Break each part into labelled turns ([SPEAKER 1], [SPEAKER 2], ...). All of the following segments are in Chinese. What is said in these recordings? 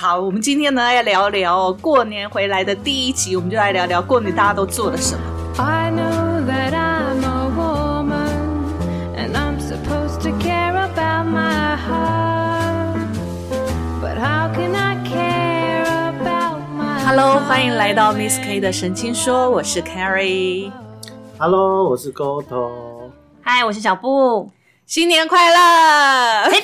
[SPEAKER 1] 好，我们今天呢要聊聊过年回来的第一集，我们就来聊聊过年大家都做了什么。
[SPEAKER 2] I know that I'm a woman and I'm supposed to care about my heart. But how can I care about my
[SPEAKER 1] Hello，
[SPEAKER 2] heart
[SPEAKER 1] 欢迎来到 Miss K 的神经说，我是 Carrie，
[SPEAKER 3] Hello，我是沟通，
[SPEAKER 4] 嗨，我是小布
[SPEAKER 1] 新年快乐，
[SPEAKER 4] ，Happy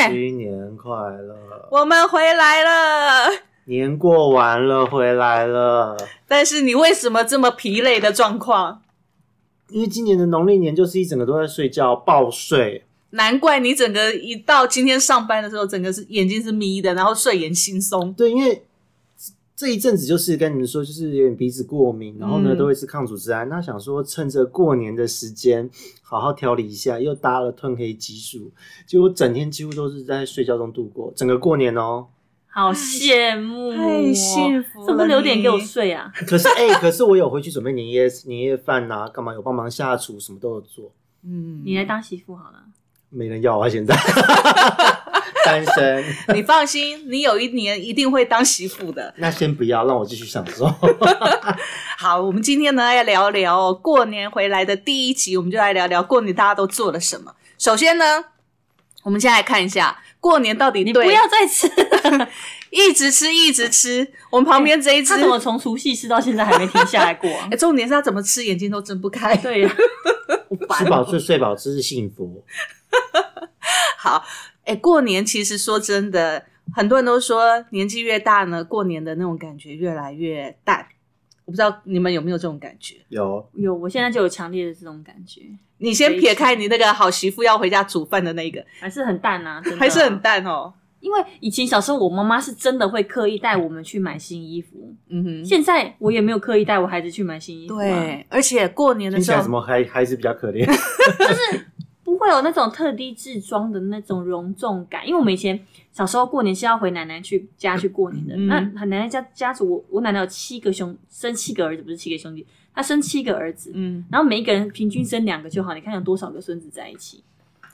[SPEAKER 1] 哎
[SPEAKER 4] New Year！
[SPEAKER 3] 新年快乐！
[SPEAKER 1] 我们回来了。
[SPEAKER 3] 年过完了，回来了。
[SPEAKER 1] 但是你为什么这么疲累的状况？
[SPEAKER 3] 因为今年的农历年就是一整个都在睡觉，暴睡。
[SPEAKER 1] 难怪你整个一到今天上班的时候，整个是眼睛是眯的，然后睡眼惺忪。
[SPEAKER 3] 对，因为这这一阵子就是跟你们说，就是有点鼻子过敏，然后呢、
[SPEAKER 1] 嗯
[SPEAKER 3] 都会吃抗组织胺。那想说趁着过年的时间好好调理一下，又搭了褪黑激素，结果整天几乎都是在睡觉中度过，整个过年哦。
[SPEAKER 4] 好羡慕哦，
[SPEAKER 1] 太幸福了
[SPEAKER 4] 怎么不留点
[SPEAKER 1] 你
[SPEAKER 4] 给我睡啊？
[SPEAKER 3] 可是哎、可是我有回去准备年夜年夜饭呐、干嘛有帮忙下厨，什么都有做。
[SPEAKER 1] 嗯，
[SPEAKER 4] 你来当媳妇好了。
[SPEAKER 3] 没人要啊，现 在单身，
[SPEAKER 1] 你放心，你有一年一定会当媳妇的。
[SPEAKER 3] 那先不要，让我继续享 受。
[SPEAKER 1] 好，我们今天呢要聊聊过年回来的第一集，我们就来聊聊过年大家都做了什么。首先呢，我们先来看一下过年到底
[SPEAKER 4] 你
[SPEAKER 1] 对
[SPEAKER 4] 不要再吃 了，
[SPEAKER 1] 一直吃一直吃。我们旁边这一只，
[SPEAKER 4] 哎他怎么从除夕吃到现在还没停下来过啊？
[SPEAKER 1] 哎重点是他怎么吃眼睛都睁不开。
[SPEAKER 4] 对啊呀，
[SPEAKER 3] 吃饱睡，睡饱吃是幸福。
[SPEAKER 1] 好，哎、过年其实说真的，很多人都说年纪越大呢，过年的那种感觉越来越淡。我不知道你们有没有这种感觉？
[SPEAKER 3] 有
[SPEAKER 4] 有，我现在就有强烈的这种感觉，
[SPEAKER 1] 你先撇开你那个好媳妇要回家煮饭的那个，
[SPEAKER 4] 还是很淡啊，真的啊
[SPEAKER 1] 还是很。淡哦。
[SPEAKER 4] 因为以前小时候，我妈妈是真的会刻意带我们去买新衣服，
[SPEAKER 1] 嗯哼，
[SPEAKER 4] 现在我也没有刻意带我孩子去买新衣服、啊，，
[SPEAKER 1] 对，而且过年的
[SPEAKER 3] 听起
[SPEAKER 1] 时
[SPEAKER 3] 来怎
[SPEAKER 1] 候，
[SPEAKER 3] 么还还是比较可怜？
[SPEAKER 4] 不会有那种特地制装的那种隆重感，因为我们以前小时候过年是要回奶奶去家去过年的。
[SPEAKER 1] 嗯
[SPEAKER 4] 那奶奶家家族，我我奶奶有七个兄，生七个儿子，不是七个兄弟，她生七个儿子，
[SPEAKER 1] 嗯，
[SPEAKER 4] 然后每一个人平均生两个就好，你看有多少个孙子在一起，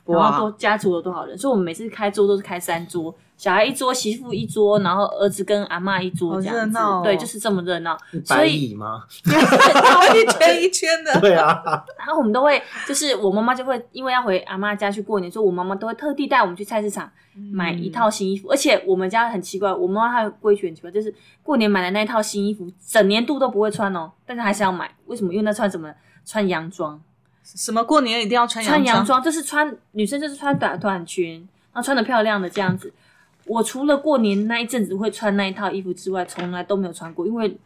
[SPEAKER 4] 然后
[SPEAKER 1] 哇，
[SPEAKER 4] 多家族有多少人，所以我们每次开桌都是开三桌，小孩一桌，媳妇一桌，然后儿子跟阿嬷一
[SPEAKER 1] 好
[SPEAKER 4] 桌这样
[SPEAKER 1] 热
[SPEAKER 4] 子，
[SPEAKER 1] 闹哦
[SPEAKER 4] 对，就是这么热闹。
[SPEAKER 3] 白
[SPEAKER 4] 所以
[SPEAKER 3] 蚁吗？
[SPEAKER 1] 一圈一圈的，
[SPEAKER 3] 对啊，
[SPEAKER 4] 然后我们都会，就是我妈妈就会因为要回阿嬷家去过年，所以我妈妈都会特地带我们去菜市场。买
[SPEAKER 1] 嗯
[SPEAKER 4] 一套新衣服，而且我们家很奇怪，我妈妈她的规矩很奇怪，就是过年买的那一套新衣服，整年度都不会穿哦，但是还是要买。为什么？因为那穿什么？穿洋装，
[SPEAKER 1] 什么过年一定要穿
[SPEAKER 4] 穿洋
[SPEAKER 1] 洋装，
[SPEAKER 4] 装就是穿女生就是穿短短裙，然后穿的漂亮的这样子。我除了过年那一阵子会穿那一套衣服之外，从来都没有穿过，因为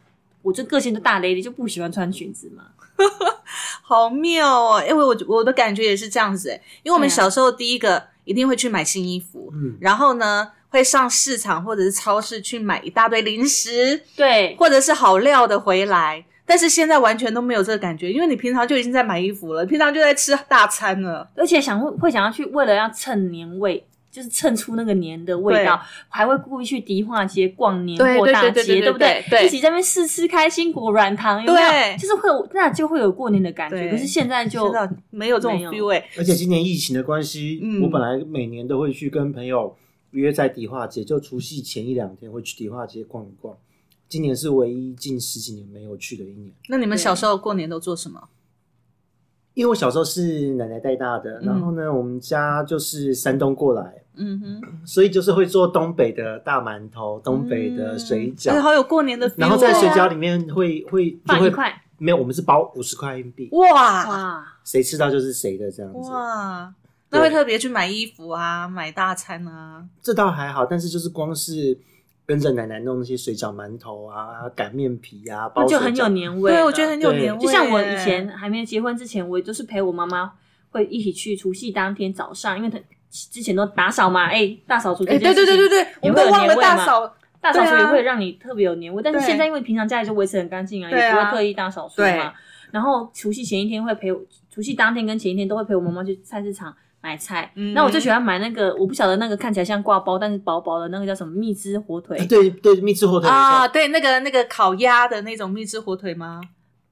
[SPEAKER 4] 我这个性就大 lady 就不喜欢穿裙子嘛。
[SPEAKER 1] 好妙哦！因为我我的感觉也是这样子，哎，因为我们
[SPEAKER 4] 对啊
[SPEAKER 1] 小时候第一个一定会去买新衣服，
[SPEAKER 3] 嗯，
[SPEAKER 1] 然后呢会上市场或者是超市去买一大堆零食，
[SPEAKER 4] 对，
[SPEAKER 1] 或者是好料的回来。但是现在完全都没有这个感觉，因为你平常就已经在买衣服了，平常就在吃大餐了。
[SPEAKER 4] 而且想会会想要去，为了要蹭年味，就是蹭出那个年的味道，还会故意去迪化街逛年
[SPEAKER 1] 对
[SPEAKER 4] 货
[SPEAKER 1] 对
[SPEAKER 4] 大
[SPEAKER 1] 对
[SPEAKER 4] 街，
[SPEAKER 1] 对对
[SPEAKER 4] 不
[SPEAKER 1] 对
[SPEAKER 4] 对？
[SPEAKER 1] 对
[SPEAKER 4] 一起在那边试吃开心果软糖，有没
[SPEAKER 1] 对
[SPEAKER 4] 有？就是会有，那就会有过年的感
[SPEAKER 1] 对
[SPEAKER 4] 觉。可是现在就
[SPEAKER 1] 真的没有这种
[SPEAKER 4] 没有
[SPEAKER 1] feel 哎、
[SPEAKER 3] 而且今年疫情的关系，
[SPEAKER 1] 嗯
[SPEAKER 3] 我本来每年都会去跟朋友约在迪化街，就除夕前一两天会去迪化街逛一逛。今年是唯一近十几年没有去的一年，
[SPEAKER 1] 那你们
[SPEAKER 4] 对
[SPEAKER 1] 小时候过年都做什么？
[SPEAKER 3] 因为我小时候是奶奶带大的，
[SPEAKER 1] 嗯
[SPEAKER 3] 然后呢，我们家就是山东过来，
[SPEAKER 1] 嗯哼，
[SPEAKER 3] 所以就是会做东北的大馒头、东北
[SPEAKER 4] 嗯
[SPEAKER 3] 的水饺，
[SPEAKER 1] 哎好有过年的 feel 哦。
[SPEAKER 3] 然后在水饺里面会会就
[SPEAKER 4] 啊放一
[SPEAKER 3] 会
[SPEAKER 4] 块，
[SPEAKER 3] 没有，我们是包五十块硬币，
[SPEAKER 1] 哇
[SPEAKER 4] 哇，
[SPEAKER 3] 谁吃到就是谁的这样子。
[SPEAKER 1] 哇，那
[SPEAKER 3] 对
[SPEAKER 1] 会特别去买衣服啊，买大餐啊。
[SPEAKER 3] 这倒还好，但是就是光是跟着奶奶弄那些水饺、馒头啊、擀面皮啊，包
[SPEAKER 4] 那
[SPEAKER 3] 水
[SPEAKER 4] 就
[SPEAKER 3] 饺
[SPEAKER 4] 很有。年味了。
[SPEAKER 1] 对，我觉得很有
[SPEAKER 3] 对
[SPEAKER 1] 年味。
[SPEAKER 4] 啊就像我以前，还没有结婚之前，我就是陪我妈妈会一起去除夕当天早上，因为她之前都打扫嘛，哎，大扫除这
[SPEAKER 1] 哎，
[SPEAKER 4] 件
[SPEAKER 1] 对
[SPEAKER 4] 事情。
[SPEAKER 1] 对对对对，我
[SPEAKER 4] 也
[SPEAKER 1] 们
[SPEAKER 4] 会
[SPEAKER 1] 都
[SPEAKER 4] 有
[SPEAKER 1] 忘了
[SPEAKER 4] 年味
[SPEAKER 1] 大
[SPEAKER 4] 嘛
[SPEAKER 1] 扫。
[SPEAKER 4] 大扫除
[SPEAKER 1] 对
[SPEAKER 4] 也
[SPEAKER 1] 啊
[SPEAKER 4] 会让你特别有年味，但是
[SPEAKER 1] 对
[SPEAKER 4] 现在因为平常家里就维持很干净啊，
[SPEAKER 1] 对啊
[SPEAKER 4] 也不会特意大扫除
[SPEAKER 1] 对
[SPEAKER 4] 嘛。然后除夕前一天会陪我，除夕当天跟前一天都会陪我妈妈去菜市场买菜。
[SPEAKER 1] 嗯
[SPEAKER 4] 那我最喜欢买那个，我不晓得那个看起来像挂包，但是薄薄的那个叫什么蜜汁火腿
[SPEAKER 3] 哎啊，对对，蜜汁火腿没错
[SPEAKER 1] 啊，对，那个那个烤鸭的那种蜜汁火腿吗？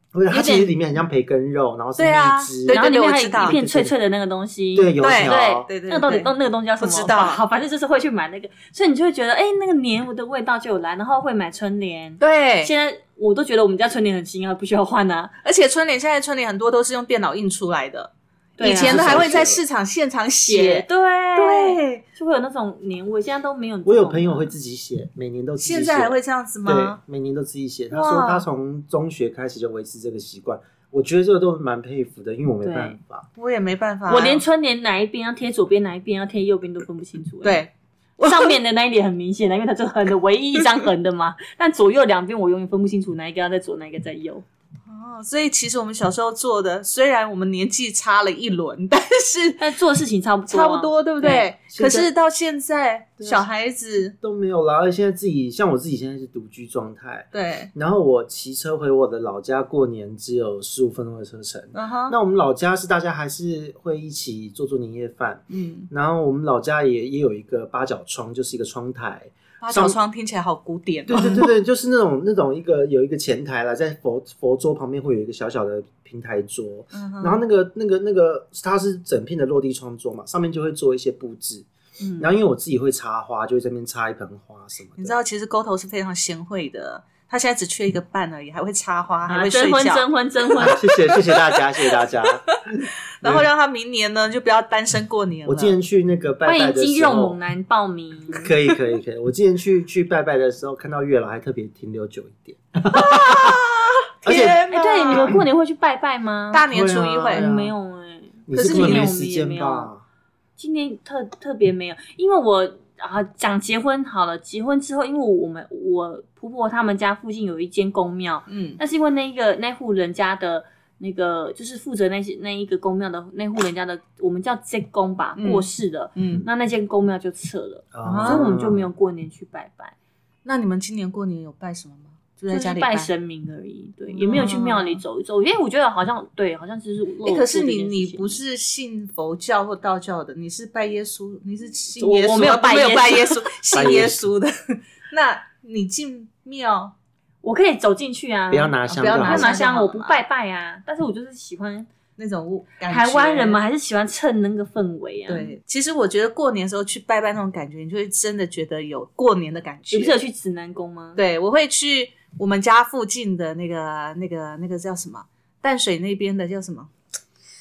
[SPEAKER 3] 不是，它
[SPEAKER 4] 有
[SPEAKER 3] 其
[SPEAKER 4] 点
[SPEAKER 3] 实里面很像培根肉，然后是
[SPEAKER 1] 对啊
[SPEAKER 3] 蜜汁，
[SPEAKER 1] 对
[SPEAKER 4] 然后里面
[SPEAKER 1] 我
[SPEAKER 4] 还
[SPEAKER 1] 知道
[SPEAKER 4] 有一片脆脆的那个东西，
[SPEAKER 3] 对油
[SPEAKER 1] 对
[SPEAKER 3] 条，
[SPEAKER 1] 对对，
[SPEAKER 4] 那个到底
[SPEAKER 1] 对
[SPEAKER 4] 那那个东西叫什么？
[SPEAKER 1] 不知道
[SPEAKER 4] 好，反正就是会去买那个，所以你就会觉得，哎、那个莲的味道就有来，然后会买春联。
[SPEAKER 1] 对，
[SPEAKER 4] 现在我都觉得我们家春联很新啊，不需要换啊。
[SPEAKER 1] 而且春联现在春联很多都是用电脑印出来的，
[SPEAKER 4] 对啊
[SPEAKER 1] 以前都还会在市场现场
[SPEAKER 4] 写
[SPEAKER 1] 写。
[SPEAKER 4] 对
[SPEAKER 1] 对，
[SPEAKER 4] 就会有那种年味，现在都没有。
[SPEAKER 3] 我有朋友会自己写，每年都自己写。
[SPEAKER 1] 现在还会这样子
[SPEAKER 3] 对
[SPEAKER 1] 吗？，
[SPEAKER 3] 每年都自己写。他
[SPEAKER 1] 哇
[SPEAKER 3] 说他从中学开始就维持这个习惯，我觉得这个都蛮佩服的，因为我没
[SPEAKER 4] 对
[SPEAKER 3] 办法。
[SPEAKER 1] 我也没办法啊，
[SPEAKER 4] 我连春联哪一边要贴左边，哪一边要贴右边都分不清楚。哎，
[SPEAKER 1] 对我
[SPEAKER 4] 上面的那一点很明显的，因为它就横的，唯一一张横的 嘛。但左右两边我永远分不清楚哪一个要在左，哪一个在右。
[SPEAKER 1] 哦，所以其实我们小时候做的，虽然我们年纪差了一轮，但是
[SPEAKER 4] 但做的事情差不多、啊
[SPEAKER 1] 差不。多，对不对
[SPEAKER 4] 对？
[SPEAKER 1] 可
[SPEAKER 3] 现在
[SPEAKER 1] 是到现在，
[SPEAKER 3] 对啊
[SPEAKER 1] 小孩子
[SPEAKER 3] 都没有啦，而且现在自己像我自己现在是独居状态，
[SPEAKER 1] 对，
[SPEAKER 3] 然后我骑车回我的老家过年只有十五分钟的车程。
[SPEAKER 1] 嗯哼，
[SPEAKER 3] 那我们老家是大家还是会一起做做年夜饭，
[SPEAKER 1] 嗯，
[SPEAKER 3] 然后我们老家也也有一个八角窗，就是一个窗台，
[SPEAKER 1] 八角窗听起来好古典
[SPEAKER 3] 对
[SPEAKER 1] 哦，
[SPEAKER 3] 对对对，就是那种那种一个有一个前台啦，在佛佛桌旁边会有一个小小的平台桌，
[SPEAKER 1] 嗯哼
[SPEAKER 3] 然后那个那个那个它是整片的落地窗桌嘛，上面就会做一些布置。
[SPEAKER 1] 嗯
[SPEAKER 3] 然后因为我自己会插花，就会这边插一盆花什么的。
[SPEAKER 1] 你知道，其实沟头是非常贤惠的，他现在只缺一个伴而已，还会插花，还
[SPEAKER 4] 啊，
[SPEAKER 1] 会睡
[SPEAKER 4] 征婚，
[SPEAKER 1] 觉，
[SPEAKER 4] 征婚，征婚。
[SPEAKER 3] 谢谢谢谢大家，谢谢大 家。
[SPEAKER 1] 然后让他明年呢就不要单身过年了。
[SPEAKER 3] 我之前去那个 拜
[SPEAKER 4] 欢
[SPEAKER 3] 拜
[SPEAKER 4] 迎
[SPEAKER 3] 的
[SPEAKER 4] 肌
[SPEAKER 3] 时
[SPEAKER 4] 肉
[SPEAKER 3] 候
[SPEAKER 4] 猛，男报名。
[SPEAKER 3] 可以可以可以。我之前去去拜拜的时候，看到月老还特别停留久一点，而且
[SPEAKER 1] 天哪
[SPEAKER 4] 哎，对，你们过年会去拜拜吗？
[SPEAKER 1] 啊大年初一
[SPEAKER 3] 会啊
[SPEAKER 1] 会
[SPEAKER 3] 对
[SPEAKER 4] 我没有哎，
[SPEAKER 3] 你
[SPEAKER 1] 可是
[SPEAKER 3] 根本
[SPEAKER 1] 你
[SPEAKER 3] 没
[SPEAKER 4] 有
[SPEAKER 3] 时
[SPEAKER 4] 你也
[SPEAKER 3] 间
[SPEAKER 4] 没有啊
[SPEAKER 3] 吧？
[SPEAKER 4] 今年特特别没有，因为我啊讲结婚好了，结婚之后，因为我们我婆婆他们家附近有一间公庙，
[SPEAKER 1] 嗯，
[SPEAKER 4] 但是因为那一个那户人家的那个就是负责那些那一个公庙的那户人家的，我们叫职公吧，
[SPEAKER 1] 嗯
[SPEAKER 4] 过世了，
[SPEAKER 1] 嗯，
[SPEAKER 4] 那那间公庙就撤了，
[SPEAKER 1] 啊
[SPEAKER 3] 哦
[SPEAKER 4] 所以我们就没有过年去拜拜，
[SPEAKER 1] 那你们今年过年有拜什么吗？就在
[SPEAKER 4] 就
[SPEAKER 1] 家
[SPEAKER 4] 是
[SPEAKER 1] 里
[SPEAKER 4] 拜。神明而已，对，
[SPEAKER 1] 嗯
[SPEAKER 4] 也没有去庙里走一走，因为我觉得好像对，好像就是我
[SPEAKER 1] 哎，可是
[SPEAKER 4] 做这
[SPEAKER 1] 你
[SPEAKER 4] 件事
[SPEAKER 1] 你
[SPEAKER 4] 情
[SPEAKER 1] 不是信佛教或道教的，你是拜耶稣，你是信
[SPEAKER 4] 我
[SPEAKER 1] 耶稣，
[SPEAKER 4] 我没有
[SPEAKER 1] 啊
[SPEAKER 4] 拜
[SPEAKER 1] 没有
[SPEAKER 4] 耶稣
[SPEAKER 1] 拜 耶稣，信
[SPEAKER 3] 拜
[SPEAKER 1] 耶
[SPEAKER 3] 耶
[SPEAKER 1] 稣
[SPEAKER 3] 稣
[SPEAKER 1] 的。那你进庙，
[SPEAKER 4] 我可以走进去啊，
[SPEAKER 3] 不要拿香
[SPEAKER 1] 不
[SPEAKER 3] 就
[SPEAKER 1] 要
[SPEAKER 3] 好
[SPEAKER 4] 拿
[SPEAKER 3] 了。
[SPEAKER 4] 拿
[SPEAKER 1] 香就
[SPEAKER 4] 香，
[SPEAKER 1] 好
[SPEAKER 4] 我
[SPEAKER 1] 了
[SPEAKER 4] 不
[SPEAKER 1] 嘛
[SPEAKER 4] 拜拜啊，但是我就是喜欢。
[SPEAKER 1] 那种感觉
[SPEAKER 4] 台湾人嘛，？还是喜欢蹭那个氛围啊。，
[SPEAKER 1] 对，其实我觉得过年的时候去拜拜那种感觉，你就会真的觉得有过年的感觉。
[SPEAKER 4] 你不是有去指南宫吗？，
[SPEAKER 1] 对，我会去我们家附近的那个、那个、那个叫什么？淡水那边的叫什么？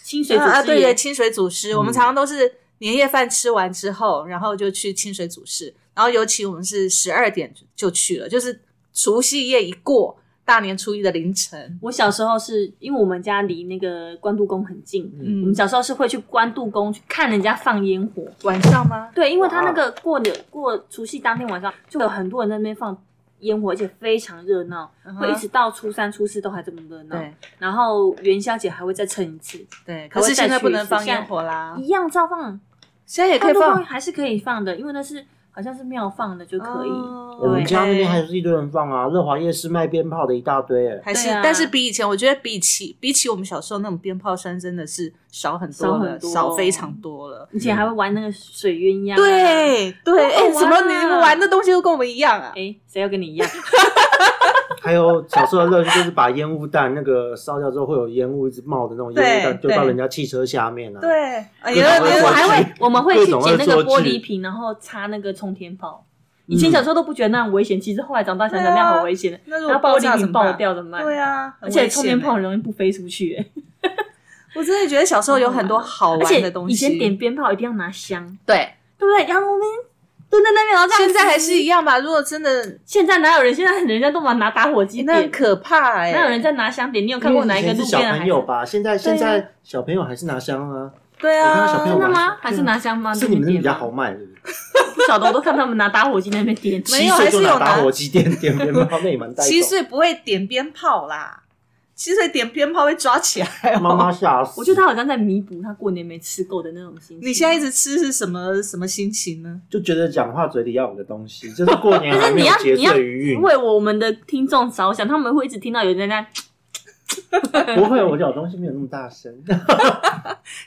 [SPEAKER 4] 清水祖师爷、
[SPEAKER 1] 啊，对对，清水祖师。我们
[SPEAKER 3] 嗯
[SPEAKER 1] 常常都是年夜饭吃完之后，然后就去清水祖师。然后尤其我们是十二点就去了，就是除夕夜一过，大年初一的凌晨。
[SPEAKER 4] 我小时候是因为我们家离那个关渡宫很近，
[SPEAKER 1] 嗯，
[SPEAKER 4] 我们小时候是会去关渡宫去看人家放烟火。
[SPEAKER 1] 晚上吗？
[SPEAKER 4] 对，因为他那个过年过除夕当天晚上，就有很多人在那边放烟火，而且非常热闹，会一直到初三、初四都还这么热闹。
[SPEAKER 1] 嗯对
[SPEAKER 4] 然后元宵节还会再蹭一次，
[SPEAKER 1] 对，
[SPEAKER 4] 还
[SPEAKER 1] 可
[SPEAKER 4] 会
[SPEAKER 1] 是现
[SPEAKER 4] 再
[SPEAKER 1] 在
[SPEAKER 4] 去
[SPEAKER 1] 不
[SPEAKER 4] 一
[SPEAKER 1] 能
[SPEAKER 4] 次
[SPEAKER 1] 放
[SPEAKER 4] 现
[SPEAKER 1] 烟
[SPEAKER 4] 在
[SPEAKER 1] 火啦，
[SPEAKER 4] 一样照放，
[SPEAKER 1] 现在啊也可以
[SPEAKER 4] 关渡宫
[SPEAKER 1] 放，
[SPEAKER 4] 还是可以放的，因为那是好像是庙放的就可以。
[SPEAKER 1] 哦
[SPEAKER 3] 我们家那边还
[SPEAKER 1] OK
[SPEAKER 3] 是一堆人放啊，乐华夜市卖鞭炮的一大堆、欸，
[SPEAKER 1] 还是，
[SPEAKER 4] 对啊
[SPEAKER 1] 但是比以前，我觉得比起比起我们小时候那种鞭炮声，真的是少很多
[SPEAKER 4] 少
[SPEAKER 1] 了，
[SPEAKER 4] 很多
[SPEAKER 1] 非常多了。
[SPEAKER 4] 以前还会玩那个水鸳鸯、啊。
[SPEAKER 1] 对对，哎、
[SPEAKER 4] 好
[SPEAKER 1] 什么
[SPEAKER 4] 玩
[SPEAKER 1] 你
[SPEAKER 4] 啊
[SPEAKER 1] 们玩的东西都跟我们一样啊？
[SPEAKER 4] 哎，谁要跟你一样？
[SPEAKER 3] 还有小时候的乐趣就是把烟雾弹那个烧掉之后会有烟雾一直冒的那种烟
[SPEAKER 1] 对
[SPEAKER 3] 雾弹丢到
[SPEAKER 1] 对
[SPEAKER 3] 人家汽车下面啊。
[SPEAKER 1] 对，哎
[SPEAKER 3] 各
[SPEAKER 1] 呀，
[SPEAKER 3] 种恶
[SPEAKER 1] 你
[SPEAKER 4] 我
[SPEAKER 3] 作
[SPEAKER 1] 玩
[SPEAKER 4] 还会
[SPEAKER 3] 剧，
[SPEAKER 4] 我们会去捡那
[SPEAKER 3] 各种恶作
[SPEAKER 4] 个玻
[SPEAKER 3] 剧嗯
[SPEAKER 4] 璃瓶，然后插那个冲天炮。以前小时候都不觉得那很危险，其实后来长大想想
[SPEAKER 1] 对啊
[SPEAKER 4] 那样好危险的，
[SPEAKER 1] 那如
[SPEAKER 4] 然
[SPEAKER 1] 果
[SPEAKER 4] 后玻
[SPEAKER 1] 爆炸
[SPEAKER 4] 璃
[SPEAKER 1] 怎
[SPEAKER 4] 瓶
[SPEAKER 1] 么办
[SPEAKER 4] 爆掉怎么办？
[SPEAKER 1] 对啊，很
[SPEAKER 4] 而且
[SPEAKER 1] 危
[SPEAKER 4] 冲
[SPEAKER 1] 险
[SPEAKER 4] 天炮
[SPEAKER 1] 欸
[SPEAKER 4] 很容易不飞出去，哎
[SPEAKER 1] 我真的觉得小时候有很多好
[SPEAKER 4] 而
[SPEAKER 1] 玩
[SPEAKER 4] 且
[SPEAKER 1] 的东
[SPEAKER 4] 以
[SPEAKER 1] 西。
[SPEAKER 4] 前点鞭炮一定要拿香，
[SPEAKER 1] 对，
[SPEAKER 4] 对不对？然后我们蹲在那边，然后这样
[SPEAKER 1] 现在还是
[SPEAKER 4] 子
[SPEAKER 1] 一样吧。如果真的，
[SPEAKER 4] 现在哪有人？现在人家都玩拿打火机
[SPEAKER 1] 欸那很
[SPEAKER 4] 点，
[SPEAKER 1] 可怕哎、
[SPEAKER 4] 哪有人在拿香点？你有看
[SPEAKER 3] 因
[SPEAKER 4] 过
[SPEAKER 3] 为
[SPEAKER 4] 哪
[SPEAKER 3] 以
[SPEAKER 4] 一个
[SPEAKER 3] 前
[SPEAKER 4] 路
[SPEAKER 3] 是小
[SPEAKER 4] 边的
[SPEAKER 3] 朋
[SPEAKER 4] 孩子
[SPEAKER 3] 友？吧？现在现
[SPEAKER 4] 对
[SPEAKER 3] 在小朋友还是拿香啊，
[SPEAKER 1] 对
[SPEAKER 3] 我看到小朋友
[SPEAKER 4] 真的
[SPEAKER 1] 啊
[SPEAKER 3] 玩，
[SPEAKER 4] 吗？还是拿香吗？
[SPEAKER 3] 是你们那
[SPEAKER 4] 边
[SPEAKER 3] 比较
[SPEAKER 4] 点吗
[SPEAKER 3] 好卖，对不对？
[SPEAKER 4] 不晓得，我都看他们拿打火机在那边点。
[SPEAKER 1] 没
[SPEAKER 3] 七
[SPEAKER 1] 有还
[SPEAKER 3] 岁
[SPEAKER 1] 是
[SPEAKER 3] 就
[SPEAKER 1] 有拿
[SPEAKER 3] 拿打火机点点鞭炮，那也蛮带
[SPEAKER 1] 七
[SPEAKER 3] 动。
[SPEAKER 1] 岁不会点鞭炮啦，七岁点鞭炮会抓起来 哦。
[SPEAKER 3] 妈妈吓死！
[SPEAKER 4] 我觉得他好像在弥补他过年没吃够的那种心情。
[SPEAKER 1] 你现在一直吃是什么什么心情呢？
[SPEAKER 3] 就觉得讲话嘴里要有个东西，就是过年还
[SPEAKER 4] 你
[SPEAKER 3] 没有
[SPEAKER 4] 要
[SPEAKER 3] 节
[SPEAKER 4] 你要
[SPEAKER 3] 制余韵。
[SPEAKER 4] 为我们的听众着想，他们会一直听到有人在
[SPEAKER 3] 不会，我讲东西没有那么大声。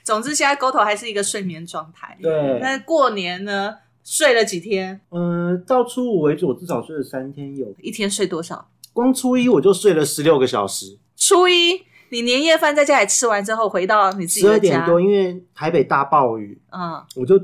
[SPEAKER 1] 总之，现在沟头还是一个睡眠状态。
[SPEAKER 3] 对，
[SPEAKER 1] 那过年呢，睡了几天？
[SPEAKER 3] 嗯，到初五为止，我至少睡了三天有。
[SPEAKER 1] 一天睡多少？
[SPEAKER 3] 光初一我就睡了十六个小时，
[SPEAKER 1] 初一你年夜饭在家里吃完之后，回到你自己
[SPEAKER 3] 十二
[SPEAKER 1] 的
[SPEAKER 3] 点
[SPEAKER 1] 家，
[SPEAKER 3] 多，因为台北大暴雨，
[SPEAKER 1] 嗯，
[SPEAKER 3] 我就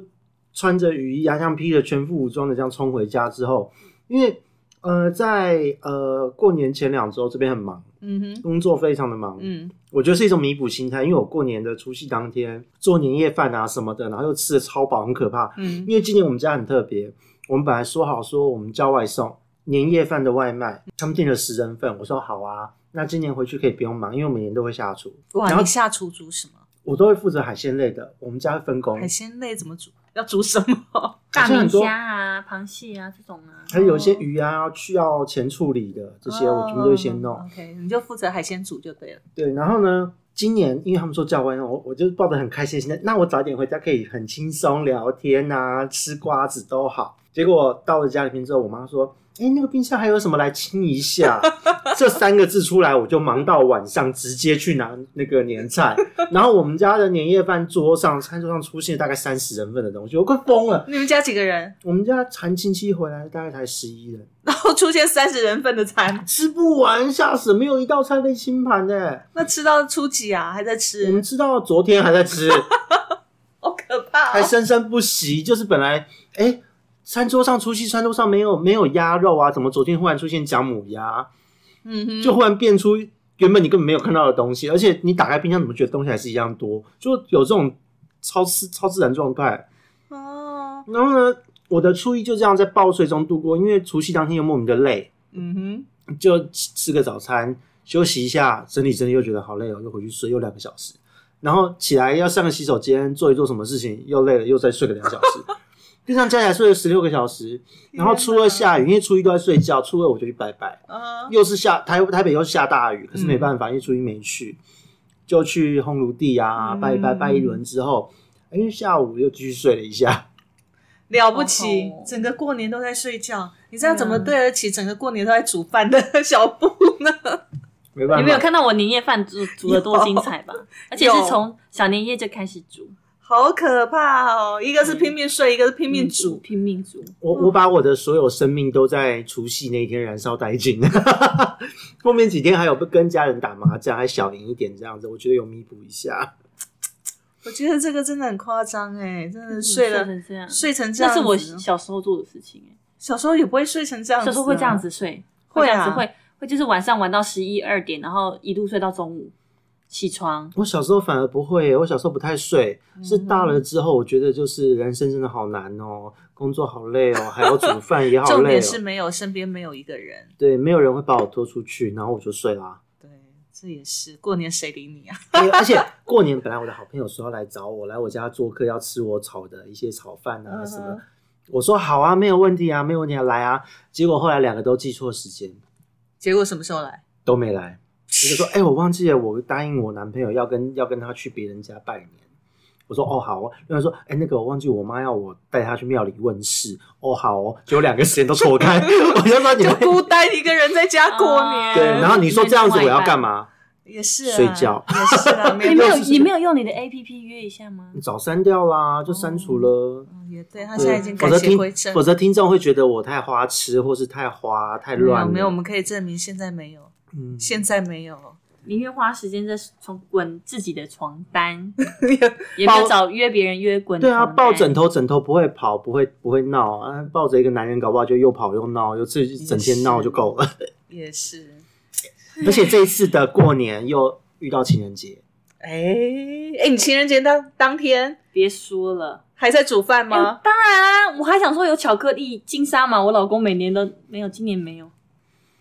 [SPEAKER 3] 穿着雨衣啊，像披着全副武装的这样冲回家之后，因为呃，在呃过年前两周这边很忙，
[SPEAKER 1] 嗯哼，
[SPEAKER 3] 工作非常的忙，
[SPEAKER 1] 嗯，
[SPEAKER 3] 我觉得是一种弥补心态，因为我过年的除夕当天做年夜饭啊什么的，然后又吃的超饱，很可怕。
[SPEAKER 1] 嗯，
[SPEAKER 3] 因为今年我们家很特别，我们本来说好说我们叫外送年夜饭的外卖，他们订了十人份，我说好啊，那今年回去可以不用忙，因为我每年都会下厨，然
[SPEAKER 1] 哇，
[SPEAKER 3] 后
[SPEAKER 1] 你下厨煮什么？
[SPEAKER 3] 我都会负责海鲜类的，我们家会分工
[SPEAKER 1] 海，鲜类怎么煮？要煮什么？
[SPEAKER 4] 大
[SPEAKER 3] 好像
[SPEAKER 4] 明
[SPEAKER 3] 很多
[SPEAKER 4] 虾啊、螃蟹啊这种啊，
[SPEAKER 3] 还有一些鱼啊需要前处理的这
[SPEAKER 1] 嗯
[SPEAKER 3] 些，我全部都会先弄。
[SPEAKER 1] 哦 OK，你就负责海鲜煮就对了。
[SPEAKER 3] 对，然后呢，今年因为他们说叫外卖，我我就抱着很开心的心态，那我早点回家可以很轻松聊天啊，吃瓜子都好。结果到了家里面之后，我妈说：“哎，那个冰箱还有什么来清一下？”这三个字出来，我就忙到晚上直接去拿那个年菜。然后我们家的年夜饭桌上，餐桌上出现了大概三十人份的东西，我快疯了。
[SPEAKER 1] 你们家几个人？
[SPEAKER 3] 我们家谈亲戚回来大概才十一人，
[SPEAKER 1] 然后出现三十人份的餐，
[SPEAKER 3] 吃不完，吓死！没有一道菜被清盘呢、
[SPEAKER 1] 那吃到初几啊？还在
[SPEAKER 3] 我
[SPEAKER 1] 吃，
[SPEAKER 3] 们吃到昨天还 在吃。
[SPEAKER 1] 好可怕、
[SPEAKER 3] 还
[SPEAKER 1] 哦！
[SPEAKER 3] 生生不息，就是本来哎，餐桌上除夕餐桌上没有没有鸭肉啊，怎么昨天忽然出现姜母鸭，
[SPEAKER 1] 嗯哼，
[SPEAKER 3] 就忽然变出原本你根本没有看到的东西，而且你打开冰箱怎么觉得东西还是一样多，就有这种超自超自然状态。
[SPEAKER 1] 哦，
[SPEAKER 3] 然后呢，我的初一就这样在暴睡中度过，因为除夕当天又莫名的累，
[SPEAKER 1] 嗯哼，
[SPEAKER 3] 就吃吃个早餐，休息一下，整理整理又觉得好累哦，又回去睡，又两个小时，然后起来要上个洗手间，做一做什么事情，又累了，又再睡个两小 时，就这样加起来睡了十六个小时。然后初二下雨，因为初一都在睡觉，初二我就去拜拜，
[SPEAKER 4] 哦
[SPEAKER 1] 嗯
[SPEAKER 3] 又是下台台北又下大
[SPEAKER 4] 嗯
[SPEAKER 3] 雨，可是没办法，因为初一没去，就去烘炉地啊
[SPEAKER 1] 嗯
[SPEAKER 3] 拜一拜拜一轮之后，因为下午又继续睡了一下，
[SPEAKER 1] 了不起
[SPEAKER 4] 好好哦，
[SPEAKER 1] 整个过年都在睡觉，你这样怎么对得起整个过年都在煮饭的小布呢？
[SPEAKER 3] 没办法。
[SPEAKER 4] 你没有看到我年夜饭煮煮的多精彩吧？而且是
[SPEAKER 1] 有
[SPEAKER 4] 从小年夜就开始煮，
[SPEAKER 1] 好可怕哦！一个是拼命睡，一个是拼
[SPEAKER 4] 嗯
[SPEAKER 1] 命煮，
[SPEAKER 4] 拼命煮。
[SPEAKER 3] 我
[SPEAKER 1] 嗯
[SPEAKER 3] 我把我的所有生命都在除夕那一天燃烧殆尽， 后面几天还有跟家人打麻将，还小赢一点这样子，我觉得有弥补一下。
[SPEAKER 1] 我觉得这个真的很夸张哎，真的睡了、
[SPEAKER 4] 嗯成这样，
[SPEAKER 1] 睡成这
[SPEAKER 4] 那
[SPEAKER 1] 样
[SPEAKER 4] 是
[SPEAKER 1] 子，嗯
[SPEAKER 4] 我小时候做的事情哎。
[SPEAKER 1] 小时候也不会睡成这样子、啊
[SPEAKER 4] 小时候会这样，子睡，
[SPEAKER 1] 会
[SPEAKER 4] 这样子
[SPEAKER 1] 啊，
[SPEAKER 4] 会会就是晚上玩到十一二点，然后一路睡到中午起床。
[SPEAKER 3] 我小时候反而不会耶，我小时候不太睡，
[SPEAKER 1] 嗯
[SPEAKER 3] 是大了之后，我觉得就是人生真的好难哦，工作好累哦，还要煮饭也 好
[SPEAKER 1] 重点
[SPEAKER 3] 累哦。
[SPEAKER 1] 是没有身边没有一个人，
[SPEAKER 3] 对，没有人会把我拖出去，然后我就睡啦。
[SPEAKER 1] 对，这也是过年谁理你啊？
[SPEAKER 3] 哎而且过年本来我的好朋友说要来找我，来我家做客，要吃我炒的一些炒饭啊什么。
[SPEAKER 1] 嗯哼
[SPEAKER 3] 我说好啊，没有问题啊，没有问题啊，来啊。结果后来两个都记错时间，
[SPEAKER 1] 结果什么时候来？
[SPEAKER 3] 都没来。我就说，哎、我忘记了，我答应我男朋友要跟要跟他去别人家拜年。我说，哦，好哦。然后他说，哎、那个我忘记我妈要我带她去庙里问事。哦，好哦。结果两个时间都错开，我就说你
[SPEAKER 1] 就
[SPEAKER 3] 们
[SPEAKER 1] 孤单一个人在家过年，
[SPEAKER 3] 对。然后你说这样子我要干嘛？
[SPEAKER 1] 也是、啊、
[SPEAKER 3] 睡觉
[SPEAKER 1] 也是 啊，没
[SPEAKER 4] 你没有
[SPEAKER 1] 有
[SPEAKER 4] 你没有用你的 A P P 约一下吗
[SPEAKER 3] 你？早删掉啦，就删除了。
[SPEAKER 1] 嗯也对他
[SPEAKER 3] 对
[SPEAKER 1] 现在已经
[SPEAKER 3] 否
[SPEAKER 1] 改
[SPEAKER 3] 则
[SPEAKER 1] 邪
[SPEAKER 3] 听
[SPEAKER 1] 归正，
[SPEAKER 3] 否则听众会觉得我太花痴，或是太花太
[SPEAKER 1] 没
[SPEAKER 3] 乱
[SPEAKER 1] 有
[SPEAKER 3] 了。
[SPEAKER 1] 没有，我们可以证明现在没有，
[SPEAKER 3] 嗯，
[SPEAKER 1] 现在没有，
[SPEAKER 4] 宁愿花时间在床滚自己的床单，
[SPEAKER 1] 也
[SPEAKER 4] 也没
[SPEAKER 3] 抱
[SPEAKER 4] 有找约别人约滚。
[SPEAKER 3] 对啊，抱枕。头，枕头不会跑，不会不会闹啊，抱着一个男人，搞不好就又跑又闹，又自己整天闹就够了。
[SPEAKER 1] 也是。
[SPEAKER 3] 而且这一次的过年又遇到情人节，
[SPEAKER 1] 哎哎，你情人节当当天
[SPEAKER 4] 别说了，
[SPEAKER 1] 还在煮饭吗？
[SPEAKER 4] 当然啊，我还想说有巧克力金沙嘛，我老公每年都没有，今年没有，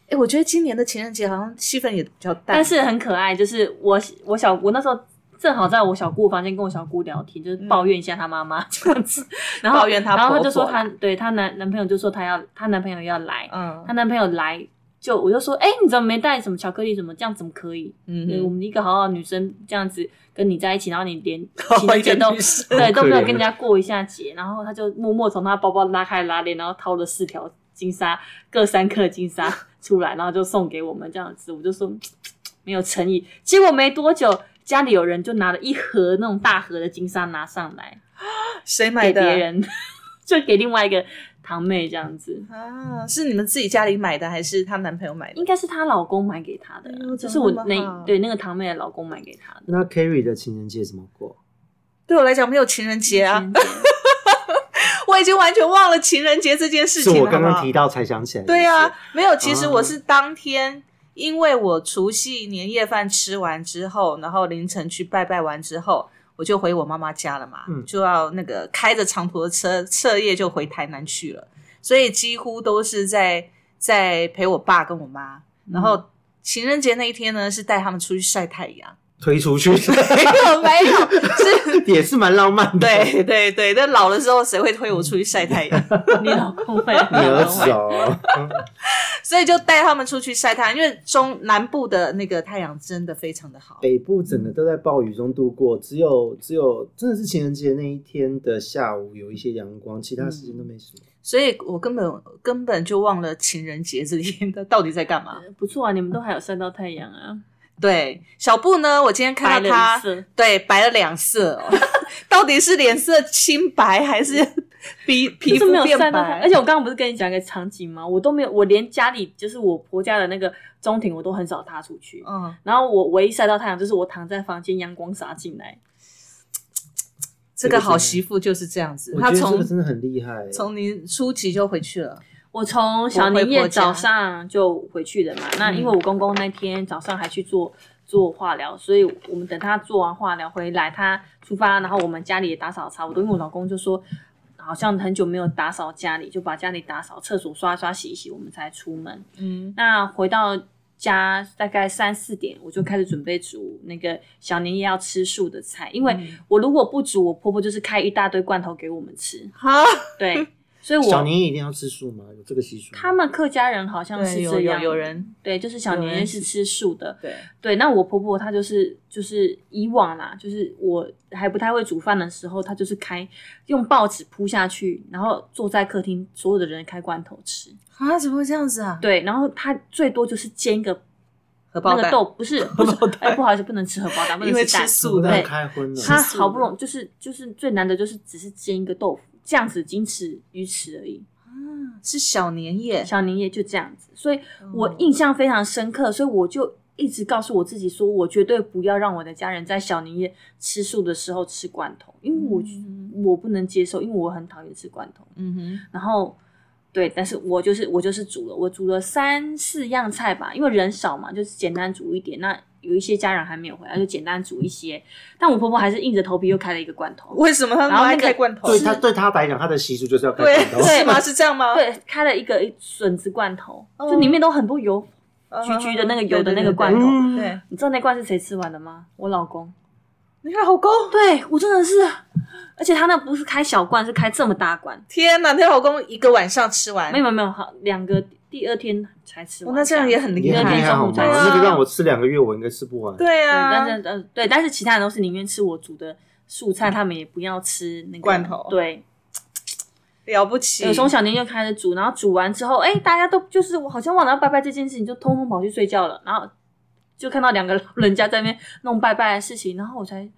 [SPEAKER 1] 哎，我觉得今年的情人节好像气氛也比较淡，
[SPEAKER 4] 但是很可爱。就是我我小我那时候正好在我小姑房间跟我小姑聊天，就是抱怨一下她妈妈这样 子，然
[SPEAKER 1] 嗯
[SPEAKER 4] 后
[SPEAKER 1] 抱怨她
[SPEAKER 4] 然后她
[SPEAKER 1] 婆
[SPEAKER 4] 就说
[SPEAKER 1] 婆
[SPEAKER 4] 她对她男男朋友就说她要她男朋友要来，
[SPEAKER 1] 嗯
[SPEAKER 4] 她男朋友来就我就说，哎、你怎么没带什么巧克力？怎么这样怎么可以？
[SPEAKER 1] 嗯
[SPEAKER 4] 对我
[SPEAKER 1] 哼，
[SPEAKER 4] 们一个好好的女生这样子跟你在一起，然后你连情
[SPEAKER 1] 好
[SPEAKER 4] 人
[SPEAKER 1] 一
[SPEAKER 4] 节
[SPEAKER 1] 个
[SPEAKER 4] 都
[SPEAKER 1] 女生
[SPEAKER 4] 对都没有
[SPEAKER 3] 好可怜
[SPEAKER 4] 跟人家过一下节，然后她就默默从她包包拉开拉链，然后掏了四条金沙，各三颗金沙出来，然后就送给我们这样子，我就说嘖嘖嘖没有诚意。结果没多久，家里有人就拿了一盒那种大盒的金沙拿上来
[SPEAKER 1] 谁买
[SPEAKER 4] 给别
[SPEAKER 1] 的？
[SPEAKER 4] 人，就给另外一个堂妹这样子。
[SPEAKER 1] 啊，是你们自己家里买的，还是她男朋友买的？
[SPEAKER 4] 应该是她老公买给她的
[SPEAKER 1] 哎呦
[SPEAKER 4] 啦，就是
[SPEAKER 1] 怎么
[SPEAKER 4] 我
[SPEAKER 1] 那么好
[SPEAKER 4] 那对那个堂妹的老公买给她的。
[SPEAKER 3] 那 Carrie 的情人节怎么过？
[SPEAKER 1] 对我来讲，没有情人节啊，
[SPEAKER 4] 情人节
[SPEAKER 1] 我已经完全忘了情人节这件事
[SPEAKER 3] 是
[SPEAKER 1] 情了。
[SPEAKER 3] 我刚
[SPEAKER 1] 好不
[SPEAKER 3] 刚
[SPEAKER 1] 好
[SPEAKER 3] 提到才想起来。
[SPEAKER 1] 对啊，，没有，其实
[SPEAKER 3] 哦
[SPEAKER 1] 我是当天，因为我除夕年夜饭吃完之后，然后凌晨去拜拜完之后，我就回我妈妈家了嘛，
[SPEAKER 3] 嗯
[SPEAKER 1] 就要那个开着长途的车，彻夜就回台南去了，所以几乎都是在在陪我爸跟我妈，然后。情人节那一天呢，是带他们出去晒太阳，
[SPEAKER 3] 推出去
[SPEAKER 1] 没有没有，是，
[SPEAKER 3] 也是蛮浪漫的。，
[SPEAKER 1] 对对对，那老的时候谁会推我出去晒太阳？
[SPEAKER 4] 你老公会，
[SPEAKER 3] 你儿子哦，
[SPEAKER 1] 所以就带他们出去晒太阳，因为中南部的那个太阳真的非常的好。
[SPEAKER 3] 北部整个
[SPEAKER 4] 嗯
[SPEAKER 3] 都在暴雨中度过，只有只有真的是情人节那一天的下午有一些阳光，其他时间
[SPEAKER 4] 嗯
[SPEAKER 3] 都没什么。
[SPEAKER 1] 所以我根本根本就忘了情人节这天他到底在干嘛。
[SPEAKER 4] 不错啊，你们都还有晒到太阳啊，
[SPEAKER 1] 对，小布呢，我今天看到
[SPEAKER 4] 白了一
[SPEAKER 1] 他，
[SPEAKER 4] 次
[SPEAKER 1] 对，白了两色、哦， 到底是脸色清白还 是皮皮
[SPEAKER 4] 就是
[SPEAKER 1] 肤
[SPEAKER 4] 没有
[SPEAKER 1] 变
[SPEAKER 4] 晒到太
[SPEAKER 1] 白？
[SPEAKER 4] 阳。而且我刚刚不是跟你讲一个场景吗？我都没有，我连家里就是我婆家的那个中庭，我都很少踏出去。
[SPEAKER 1] 嗯，
[SPEAKER 4] 然后我唯一晒到太阳，就是我躺在房间，阳光洒进来。
[SPEAKER 1] 这个好媳妇就是这样子，
[SPEAKER 3] 我
[SPEAKER 1] 她
[SPEAKER 3] 觉得这
[SPEAKER 1] 从
[SPEAKER 3] 个真的很厉害。欸
[SPEAKER 1] 从你初级就回去了，
[SPEAKER 4] 我从小
[SPEAKER 1] 我
[SPEAKER 4] 年
[SPEAKER 1] 回婆家
[SPEAKER 4] 夜早上就回去了嘛。那因为我公公那天早上还去做做化疗，所以我们等他做完化疗回来，他出发，然后我们家里也打扫差不多。因为我老公就说，好像很久没有打扫家里，就把家里打扫，厕所刷一刷、洗一洗，我们才出门。
[SPEAKER 1] 嗯，
[SPEAKER 4] 那回到家大概三四点，我就开始准备煮那个小年夜要吃素的菜，因为
[SPEAKER 1] 嗯
[SPEAKER 4] 我如果不煮，我婆婆就是开一大堆罐头给我们吃。
[SPEAKER 1] 哈，
[SPEAKER 4] 对，所以我
[SPEAKER 3] 小年夜一定要吃素吗？有这个习俗吗？
[SPEAKER 4] 他们客家人好像是
[SPEAKER 1] 对，
[SPEAKER 4] 这
[SPEAKER 1] 有有
[SPEAKER 4] 样，
[SPEAKER 1] 有人
[SPEAKER 4] 对，就是小年夜是吃素的。
[SPEAKER 1] 对，
[SPEAKER 4] 对，那我婆婆她就是就是以往啦，就是我还不太会煮饭的时候，她就是开用报纸铺下去，然后坐在客厅，所有的人开罐头吃。
[SPEAKER 1] 啊，怎么会这样子啊？
[SPEAKER 4] 对，然后她最多就是煎一个
[SPEAKER 1] 荷包
[SPEAKER 4] 那个
[SPEAKER 1] 蛋，
[SPEAKER 4] 豆，不是不是，哎，不好意思，不能吃荷包蛋，不
[SPEAKER 1] 因
[SPEAKER 4] 能
[SPEAKER 1] 为
[SPEAKER 4] 吃
[SPEAKER 1] 吃
[SPEAKER 4] 蛋。
[SPEAKER 1] 素
[SPEAKER 3] 素
[SPEAKER 1] 的
[SPEAKER 3] 蛋
[SPEAKER 4] 对，
[SPEAKER 3] 开荤了，
[SPEAKER 4] 她
[SPEAKER 1] 吃素
[SPEAKER 4] 好
[SPEAKER 1] 的
[SPEAKER 4] 不容易就是就是最难的就是只是煎一个豆腐，这样子仅此于此而已。
[SPEAKER 1] 啊是小年夜，
[SPEAKER 4] 小年夜就这样子，所以我
[SPEAKER 1] 哦
[SPEAKER 4] 印象非常深刻，所以我就一直告诉我自己说，我绝对不要让我的家人在小年夜吃素的时候吃罐头，因为我、我不能接受，因为我很讨厌吃罐头。
[SPEAKER 1] 嗯哼。
[SPEAKER 4] 然后对，但是我就是我就是煮了，我煮了三四样菜吧，因为人少嘛，就是简单煮一点。那有一些家人还没有回来，就简单煮一些。但我婆婆还是硬着头皮又开了一个罐头，
[SPEAKER 1] 为什么他
[SPEAKER 4] 然
[SPEAKER 1] 们
[SPEAKER 4] 后
[SPEAKER 1] 爱
[SPEAKER 4] 那个
[SPEAKER 1] 开罐头？
[SPEAKER 3] 对他对他来讲，他的哦习俗就是要开
[SPEAKER 1] 对
[SPEAKER 3] 罐头。
[SPEAKER 1] 是吗？是这样吗？
[SPEAKER 4] 对，开了一个笋子罐头，
[SPEAKER 1] 嗯
[SPEAKER 4] 就里面都很多油，
[SPEAKER 1] 嗯，
[SPEAKER 4] 橘橘的
[SPEAKER 1] 嗯
[SPEAKER 4] 那个
[SPEAKER 1] 嗯
[SPEAKER 4] 油的
[SPEAKER 1] 对
[SPEAKER 4] 那个
[SPEAKER 1] 对
[SPEAKER 4] 罐
[SPEAKER 1] 对
[SPEAKER 4] 头
[SPEAKER 3] 嗯，
[SPEAKER 1] 对，
[SPEAKER 4] 你知道那罐是谁吃完的吗？我老公。
[SPEAKER 1] 你老公，
[SPEAKER 4] 对我真的是，而且他那不是开小罐，是开这么大罐。
[SPEAKER 1] 天哪，你老公一个晚上吃完，
[SPEAKER 4] 没有没有没有，好两个第二天才吃
[SPEAKER 1] 哦
[SPEAKER 4] 完。
[SPEAKER 1] 那这样也很厉
[SPEAKER 3] 你
[SPEAKER 1] 害
[SPEAKER 3] 很厉害好吗？
[SPEAKER 4] 对啊
[SPEAKER 3] 那个让我吃两个月，我应该吃不完。
[SPEAKER 1] 对
[SPEAKER 4] 对，
[SPEAKER 1] 啊，
[SPEAKER 4] 但是呃对，但是其他人都是宁愿吃我煮的素菜，他们也不要吃那个
[SPEAKER 1] 嗯罐头
[SPEAKER 4] 对，
[SPEAKER 1] 了不起，
[SPEAKER 4] 有从小年就开始煮，然后煮完之后，哎，大家都就是我好像忘了要拜拜这件事情，就通通跑去睡觉了。然后就看到两个老人家在那边弄拜拜的事情，然后我才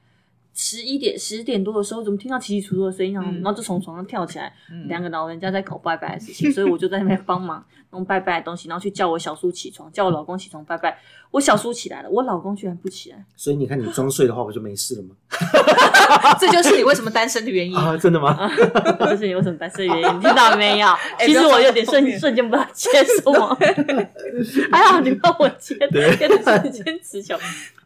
[SPEAKER 4] 十一点十点多的时候，怎么听到起起楚楚的声音，然后
[SPEAKER 1] 嗯
[SPEAKER 4] 然后就从床上跳起来，
[SPEAKER 1] 嗯
[SPEAKER 4] 两个老人家在搞拜拜的事情，所以我就在那边帮忙弄拜拜的东西，然后去叫我小叔起床，叫我老公起床拜拜。我小叔起来了，我老公居然不起来。
[SPEAKER 3] 所以你看，你装睡的话，我就没事了 吗？
[SPEAKER 1] 这就是你为什么单身的原因。
[SPEAKER 3] 啊，真的吗？
[SPEAKER 4] 这是你为什么白色原因？你听到没有？
[SPEAKER 1] 哎
[SPEAKER 4] 其实
[SPEAKER 1] 不要
[SPEAKER 4] 我有
[SPEAKER 1] 放
[SPEAKER 4] 点
[SPEAKER 1] 后
[SPEAKER 4] 瞬
[SPEAKER 1] 面
[SPEAKER 4] 瞬间不知道接哦什么，还好你帮我接，
[SPEAKER 3] 对
[SPEAKER 4] 接的瞬间持久。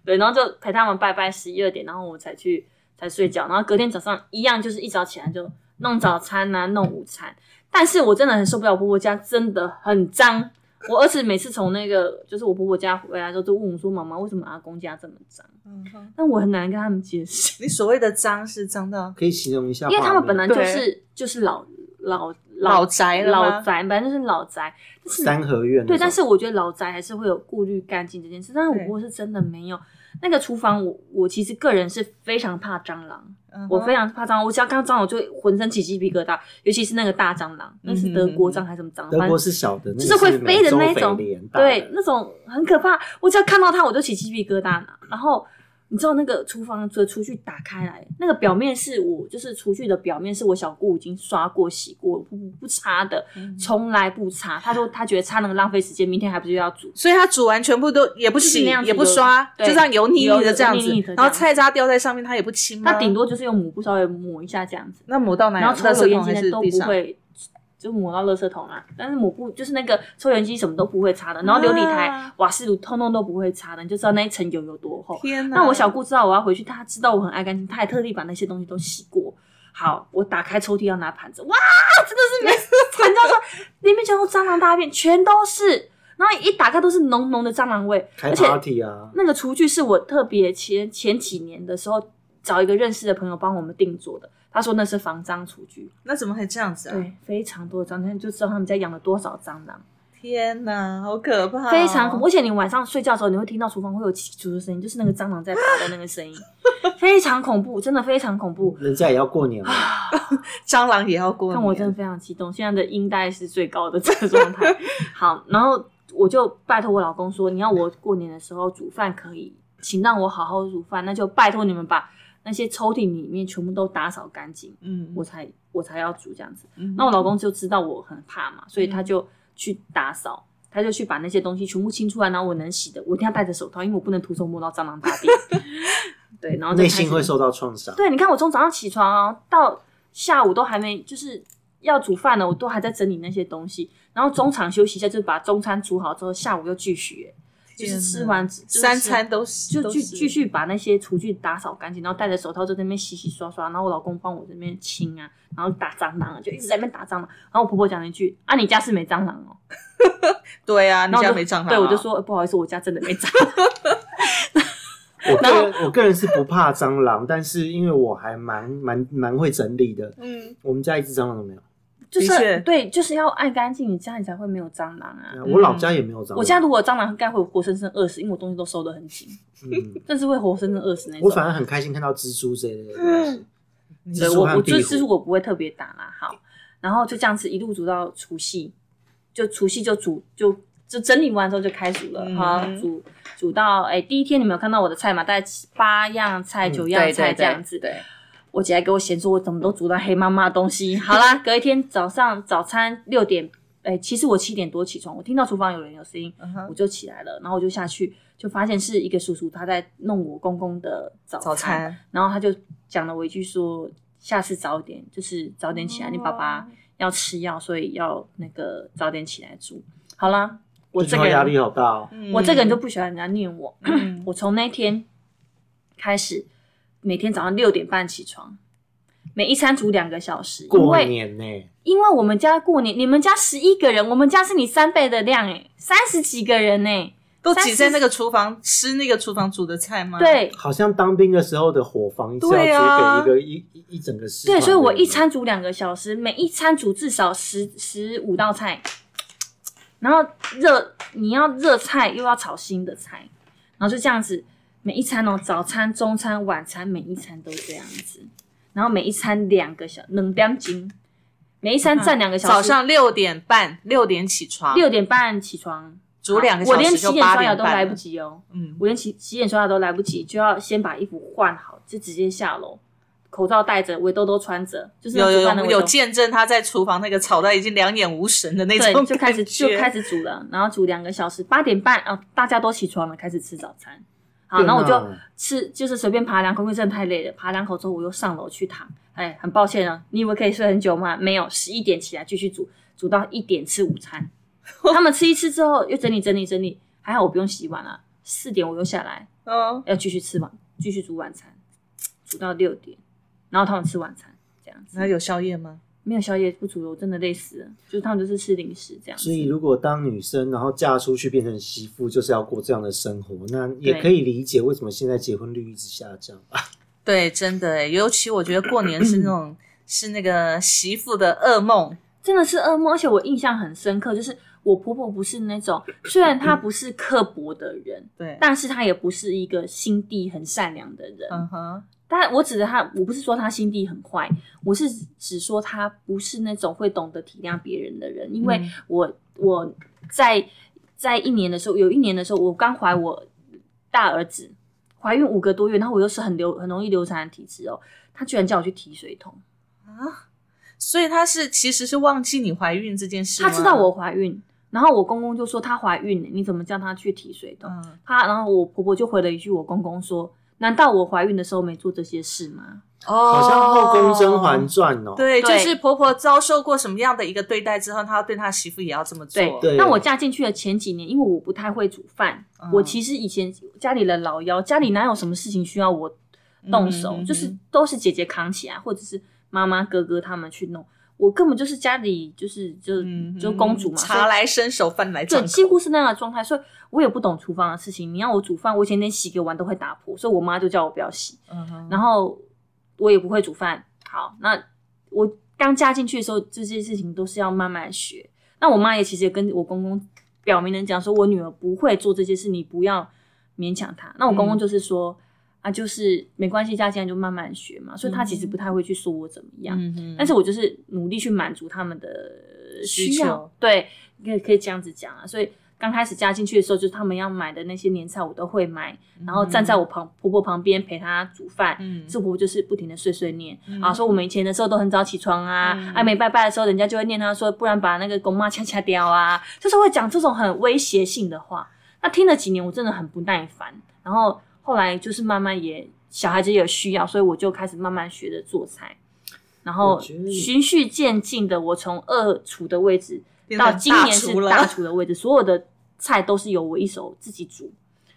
[SPEAKER 4] 对，然后就陪他们拜拜十一二点，然后我才去才睡觉，然后隔天早上一样就是一早起来就弄早餐啊，弄午餐。但是我真的很受不了我婆婆家真的很脏。我儿子每次从那个就是我婆婆家回来之后，就问我说：“妈妈，为什么阿公家这么脏
[SPEAKER 1] 嗯哼？”
[SPEAKER 4] 但我很难跟他们解释。
[SPEAKER 1] 你所谓的脏是脏到
[SPEAKER 3] 可以形容一下画
[SPEAKER 4] 因
[SPEAKER 3] 面，
[SPEAKER 4] 为他们本来就
[SPEAKER 1] 对
[SPEAKER 4] 是就是老老
[SPEAKER 1] 老宅了吗
[SPEAKER 4] 老宅，本来就是老宅，但是
[SPEAKER 3] 三合院那种
[SPEAKER 4] 对，但是我觉得老宅还是会有顾虑干净这件事，但是我
[SPEAKER 1] 对
[SPEAKER 4] 婆婆是真的没有。那个厨房我，我其实个人是非常怕蟑螂，我非
[SPEAKER 1] 常
[SPEAKER 4] 常怕蟑螂，我只要看到蟑螂我就浑身起鸡皮疙瘩，尤其是那个大蟑螂，那
[SPEAKER 1] 嗯
[SPEAKER 4] 是德国蟑还是什么蟑螂？
[SPEAKER 3] 德
[SPEAKER 4] 反
[SPEAKER 3] 国
[SPEAKER 4] 正
[SPEAKER 3] 是小的，那个
[SPEAKER 4] 就会飞的
[SPEAKER 3] 美洲
[SPEAKER 4] 那
[SPEAKER 3] 北
[SPEAKER 4] 种
[SPEAKER 3] 联，大的
[SPEAKER 4] 对，那种很可怕。我只要看到它，我就起鸡皮疙瘩。然后你知道那个厨房的厨具打开来，那个表面是我就是厨具的表面是我小姑已经刷过、洗过，不不不擦的，
[SPEAKER 1] 嗯
[SPEAKER 4] 从来不擦。她说她觉得擦那个浪费时间，明天还不是又要煮。
[SPEAKER 1] 所以他煮完全部都也不
[SPEAKER 4] 就是
[SPEAKER 1] 洗
[SPEAKER 4] 那样，子
[SPEAKER 1] 也不
[SPEAKER 4] 的
[SPEAKER 1] 刷，就
[SPEAKER 4] 对
[SPEAKER 1] 这样油腻腻的这样
[SPEAKER 4] 油
[SPEAKER 1] 子
[SPEAKER 4] 腻腻的，这
[SPEAKER 1] 然后
[SPEAKER 4] 样
[SPEAKER 1] 菜渣掉在上面，他也不清吗？
[SPEAKER 4] 她顶多就是用抹布稍微抹一下这样子，
[SPEAKER 1] 嗯那抹到哪里？
[SPEAKER 4] 然后抽
[SPEAKER 1] 垃
[SPEAKER 4] 油
[SPEAKER 1] 圾桶
[SPEAKER 4] 烟机
[SPEAKER 1] 还
[SPEAKER 4] 呢
[SPEAKER 1] 是
[SPEAKER 4] 都
[SPEAKER 1] 地
[SPEAKER 4] 不
[SPEAKER 1] 上？
[SPEAKER 4] 会，就抹到垃圾桶啊。但是抹布就是那个抽油烟机什么都不会擦的，然后琉璃台、
[SPEAKER 1] 啊
[SPEAKER 4] 瓦斯炉通通都不会擦的，你就知道那一层油有多厚。
[SPEAKER 1] 天哪！
[SPEAKER 4] 那我小姑知道我要回去，她知道我很爱干净，她还特地把那些东西都洗过。好，我打开抽屉要拿盘子，哇，真的是 没惨叫说里面全都蟑螂大便，全都是，然后一打开都是浓浓的蟑螂味，
[SPEAKER 3] 开
[SPEAKER 4] 而且
[SPEAKER 3] party 啊，
[SPEAKER 4] 那个厨具是我特别前前几年的时候找一个认识的朋友帮我们定做的，他说那是防蟑厨具，
[SPEAKER 1] 那怎么会这样子啊？
[SPEAKER 4] 对，非常多的蟑螂，就知道他们家养了多少蟑螂。
[SPEAKER 1] 天哪，好可怕哦！
[SPEAKER 4] 非常恐怖。而且你晚上睡觉的时候，你会听到厨房会有起竹的声音，就是那个蟑螂在爬的那个声音，非常恐怖，真的非常 恐怖。
[SPEAKER 3] 人家也要过年了，
[SPEAKER 4] 啊
[SPEAKER 1] 蟑螂也要过
[SPEAKER 4] 看我
[SPEAKER 1] 年
[SPEAKER 4] 真的非常激动，现在的音带是最高的这个状态。 好，然后我就拜托我老公说，你要我过年的时候煮饭可以，请让我好好煮饭，那就拜托你们把那些抽屉里面全部都打扫干净，
[SPEAKER 1] 嗯，
[SPEAKER 4] 我才我才要煮这样子。
[SPEAKER 1] 嗯
[SPEAKER 4] 那我老公就知道我很怕嘛，所以
[SPEAKER 3] 嗯
[SPEAKER 4] 他就去打扫，他就去把那些东西全部清出来，然后我能洗的，我一定要戴着手套，因为我不能徒手摸到蟑螂大便。 对，然后就
[SPEAKER 3] 内
[SPEAKER 4] 开始
[SPEAKER 3] 心会受到创伤。
[SPEAKER 4] 对，你看我从早上起床、哦、到下午都还没，就是要煮饭了，我都还在整理那些东西，然后中场休息一下，就是把中餐煮好之后，下午又继续，哎就
[SPEAKER 1] 天
[SPEAKER 4] 是
[SPEAKER 1] 哪
[SPEAKER 4] 吃完就是
[SPEAKER 1] 三
[SPEAKER 4] 吃
[SPEAKER 1] 餐都是
[SPEAKER 4] 就
[SPEAKER 1] 都
[SPEAKER 4] 继
[SPEAKER 1] 是
[SPEAKER 4] 继续把那些厨具打扫干净，然后戴着手套在那边洗洗刷刷，然后我老公帮我这边清啊，然后打蟑螂啊，就一直在那边打蟑螂。然后我婆婆讲了一句：“啊，你家是没蟑螂哦。
[SPEAKER 1] 对啊，”你
[SPEAKER 4] 然后我
[SPEAKER 1] 家
[SPEAKER 4] 就
[SPEAKER 1] 没蟑螂啊？
[SPEAKER 4] 对我就说、呃不好意思，我家真的没蟑 螂。
[SPEAKER 3] 我个人我个人是不怕蟑螂， 但是因为我还蛮蛮蛮会整理的，
[SPEAKER 1] 嗯，
[SPEAKER 3] 我们家一只蟑螂都没有，
[SPEAKER 4] 就
[SPEAKER 1] 的确
[SPEAKER 4] 是对，就是要爱干净，你家里才会没有蟑螂啊。
[SPEAKER 3] 我老家也没有蟑螂。
[SPEAKER 4] 我家如果有蟑螂，应该会活生生饿死，因为我东西都收得很紧，
[SPEAKER 3] 嗯，
[SPEAKER 4] 但是会活生生饿死那种。
[SPEAKER 3] 我反而很开心看到蜘蛛这一类的东西。
[SPEAKER 4] 嗯对
[SPEAKER 3] 蜘蛛
[SPEAKER 4] 我
[SPEAKER 3] 和
[SPEAKER 4] 我
[SPEAKER 3] 壁
[SPEAKER 4] 就
[SPEAKER 3] 虎
[SPEAKER 4] 是我不会特别打啦，好，然后就这样子一路煮到除夕，就除夕就煮就就整理完之后就开煮了，
[SPEAKER 1] 嗯
[SPEAKER 4] 好煮煮到哎、第一天你们有看到我的菜嘛？大概七八样菜
[SPEAKER 3] 嗯
[SPEAKER 4] 九样
[SPEAKER 1] 对
[SPEAKER 4] 菜
[SPEAKER 1] 对
[SPEAKER 4] 这样子。
[SPEAKER 1] 对，对
[SPEAKER 4] 我姐还给我嫌说，我怎么都煮到黑麻麻的东西。好啦，隔一天早上早餐六点，哎、其实我七点多起床，我听到厨房有人有声音，
[SPEAKER 1] 嗯
[SPEAKER 4] 我
[SPEAKER 1] 哼
[SPEAKER 4] 就起来了，然后我就下去，就发现是一个叔叔他在弄我公公的早
[SPEAKER 1] 早餐
[SPEAKER 4] 然后他就讲了我一句说，下次早点，就是早点起来，你爸爸要吃药，所以要那个早点起来煮。好啦，我
[SPEAKER 3] 这
[SPEAKER 4] 这
[SPEAKER 3] 句话
[SPEAKER 4] 个
[SPEAKER 3] 压力
[SPEAKER 4] 人，嗯
[SPEAKER 3] 好大哦。
[SPEAKER 1] 嗯
[SPEAKER 4] 我这个人就不喜欢人家念我。 我从那天开始，每天早上六点半起床，每一餐煮两个小时，因
[SPEAKER 3] 过
[SPEAKER 4] 为
[SPEAKER 3] 年呢、
[SPEAKER 4] 因为我们家过年，你们家十一个人，我们家是你三倍的量、欸，诶，三十几个人呢、哎
[SPEAKER 1] 都
[SPEAKER 4] 但
[SPEAKER 1] 挤
[SPEAKER 4] 是
[SPEAKER 1] 在那个厨房吃那个厨房煮的菜吗？，
[SPEAKER 4] 对
[SPEAKER 3] 好像当兵的时候的伙房是
[SPEAKER 1] 对
[SPEAKER 3] 要
[SPEAKER 1] 啊
[SPEAKER 3] 租给一个、一一一整个师团
[SPEAKER 4] 对，
[SPEAKER 3] 的
[SPEAKER 4] 所以我一餐煮两个小时，每一餐煮至少十十五道菜，然后热你要热菜又要炒新的菜，然后就这样子每一餐哦，早餐、中餐、晚餐每一餐都这样子，然后每一餐两个小冷点斤，每一餐占两个小时，
[SPEAKER 1] 早上六点半六点起床，
[SPEAKER 4] 六点半起床。
[SPEAKER 1] 煮两个小时
[SPEAKER 4] 我连洗
[SPEAKER 1] 就
[SPEAKER 4] 脸
[SPEAKER 1] 八
[SPEAKER 4] 刷牙
[SPEAKER 1] 点
[SPEAKER 4] 都
[SPEAKER 1] 半
[SPEAKER 4] 来
[SPEAKER 1] 了
[SPEAKER 4] 不及哦。
[SPEAKER 1] 嗯，
[SPEAKER 4] 我连洗洗脸刷牙都来不及，就要先把衣服换好，就直接下楼，口罩戴着，围兜兜穿着，就是那
[SPEAKER 1] 有有
[SPEAKER 4] 煮饭的
[SPEAKER 1] 有
[SPEAKER 4] 围兜
[SPEAKER 1] 有见证他在厨房那个吵到已经两眼无神的那
[SPEAKER 4] 对，
[SPEAKER 1] 种，
[SPEAKER 4] 就开始就开。始煮了，然后煮两个小时，八点半啊、大家都起床了，开始吃早餐。好，
[SPEAKER 3] 天
[SPEAKER 4] 然后我就
[SPEAKER 3] 哪
[SPEAKER 4] 吃，就是随便扒两口，因为真的太累了。扒两口之后，我又上楼去躺。哎，很抱歉啊，你以为可以睡很久吗？没有，十一点起来继续煮，煮到一点吃午 餐。他们吃一吃之后，又整理整理整理，还好我不用洗碗啊。四点我又下来，
[SPEAKER 1] 嗯，
[SPEAKER 4] 要继续吃晚，继续煮晚餐，煮到六点，然后他们吃晚餐，这样
[SPEAKER 1] 那
[SPEAKER 4] 子。
[SPEAKER 1] 有宵夜吗？
[SPEAKER 4] 没有宵夜不煮了，我真的累死了。就是他们就是吃零食这样子。
[SPEAKER 3] 所以，如果当女生，然后嫁出去变成媳妇，就是要过这样的生活，那也可以理解为什么现在结婚率一直下降吧。
[SPEAKER 1] 对，真的耶，尤其我觉得过年是那 种是那个媳妇的噩梦，
[SPEAKER 4] 真的是噩梦，而且我印象很深刻，就是我婆婆不是 那种，虽然她不是刻薄的人，
[SPEAKER 1] 对，
[SPEAKER 4] 但是她也不是一个心地很善良的人。
[SPEAKER 1] 嗯哼，
[SPEAKER 4] 但我指的她，我不是说她心地很坏，我是只说她不是那种会懂得体谅别人的人。因为
[SPEAKER 1] 嗯
[SPEAKER 4] 我我在在一年的时候，有一年的时候，我刚怀我大儿子，怀孕五个多月，然后我又是很流很容易流产的体质哦，他居然叫我去提水桶，
[SPEAKER 1] 所以他是其实是忘记你怀孕这件事吗。
[SPEAKER 4] 他知道我怀孕，然后我公公就说她怀孕了，你怎么叫她去提水桶？
[SPEAKER 1] 嗯
[SPEAKER 4] 她，然后我婆婆就回了一句我公公说，难道我怀孕的时候没做这些事吗？
[SPEAKER 1] 哦，
[SPEAKER 3] 好像《后宫甄嬛传》哦。
[SPEAKER 1] 对，就
[SPEAKER 4] 对
[SPEAKER 1] 是婆婆遭受过什么样的一个对待之后，她要对她媳妇也要这么做。
[SPEAKER 3] 对
[SPEAKER 4] 那我嫁进去的前几年，因为我不太会煮饭，
[SPEAKER 1] 嗯
[SPEAKER 4] 我其实以前家里的老幺，家里哪有什么事情需要我动手，
[SPEAKER 1] 嗯
[SPEAKER 4] 就是都是姐姐扛起来，或者是妈妈、哥哥他们去弄。我根本就是家里就是就、
[SPEAKER 1] 嗯
[SPEAKER 4] 就公主嘛，
[SPEAKER 1] 茶来伸手，饭来
[SPEAKER 4] 对，
[SPEAKER 1] 张
[SPEAKER 4] 几
[SPEAKER 1] 口。
[SPEAKER 4] 乎是那样的状态，所以我也不懂厨房的事情。你要我煮饭，我以前连洗个碗都会打破，所以我妈就叫我不要洗。
[SPEAKER 1] 嗯哼
[SPEAKER 4] 然后我也不会煮饭。好，那我刚嫁进去的时候，这些事情都是要慢慢学。那我妈也其实也跟我公公表明人讲说，我女儿不会做这些事，你不要勉强她。那我公公就是说、啊，就是没关系，家现在就慢慢学嘛。所以他其实不太会去说我怎么样，
[SPEAKER 1] 嗯哼
[SPEAKER 4] 但是我就是努力去满足他们的需
[SPEAKER 1] 需
[SPEAKER 4] 要
[SPEAKER 1] 求，
[SPEAKER 4] 对，可以可以这样子讲啊。所以刚开始嫁进去的时候，就是他们要买的那些年菜我都会买，然后站在我旁婆婆旁边陪她煮饭。
[SPEAKER 1] 嗯
[SPEAKER 4] 这婆婆就是不停的碎碎念、
[SPEAKER 1] 嗯
[SPEAKER 4] 啊，说我们以前的时候都很早起床啊，
[SPEAKER 1] 嗯
[SPEAKER 4] 啊没拜拜的时候，人家就会念她说，不然把那个公妈掐掐掉啊，就是会讲这种很威胁性的话。那听了几年，我真的很不耐烦。然后后来就是慢慢也小孩子也有需要，所以我就开始慢慢学着做菜，然后
[SPEAKER 3] 我觉得你
[SPEAKER 4] 循序渐进的，我从二厨的位置
[SPEAKER 1] 变成
[SPEAKER 4] 到今年是
[SPEAKER 1] 大厨了
[SPEAKER 4] 大厨的位置，所有的菜都是由我一手自己煮，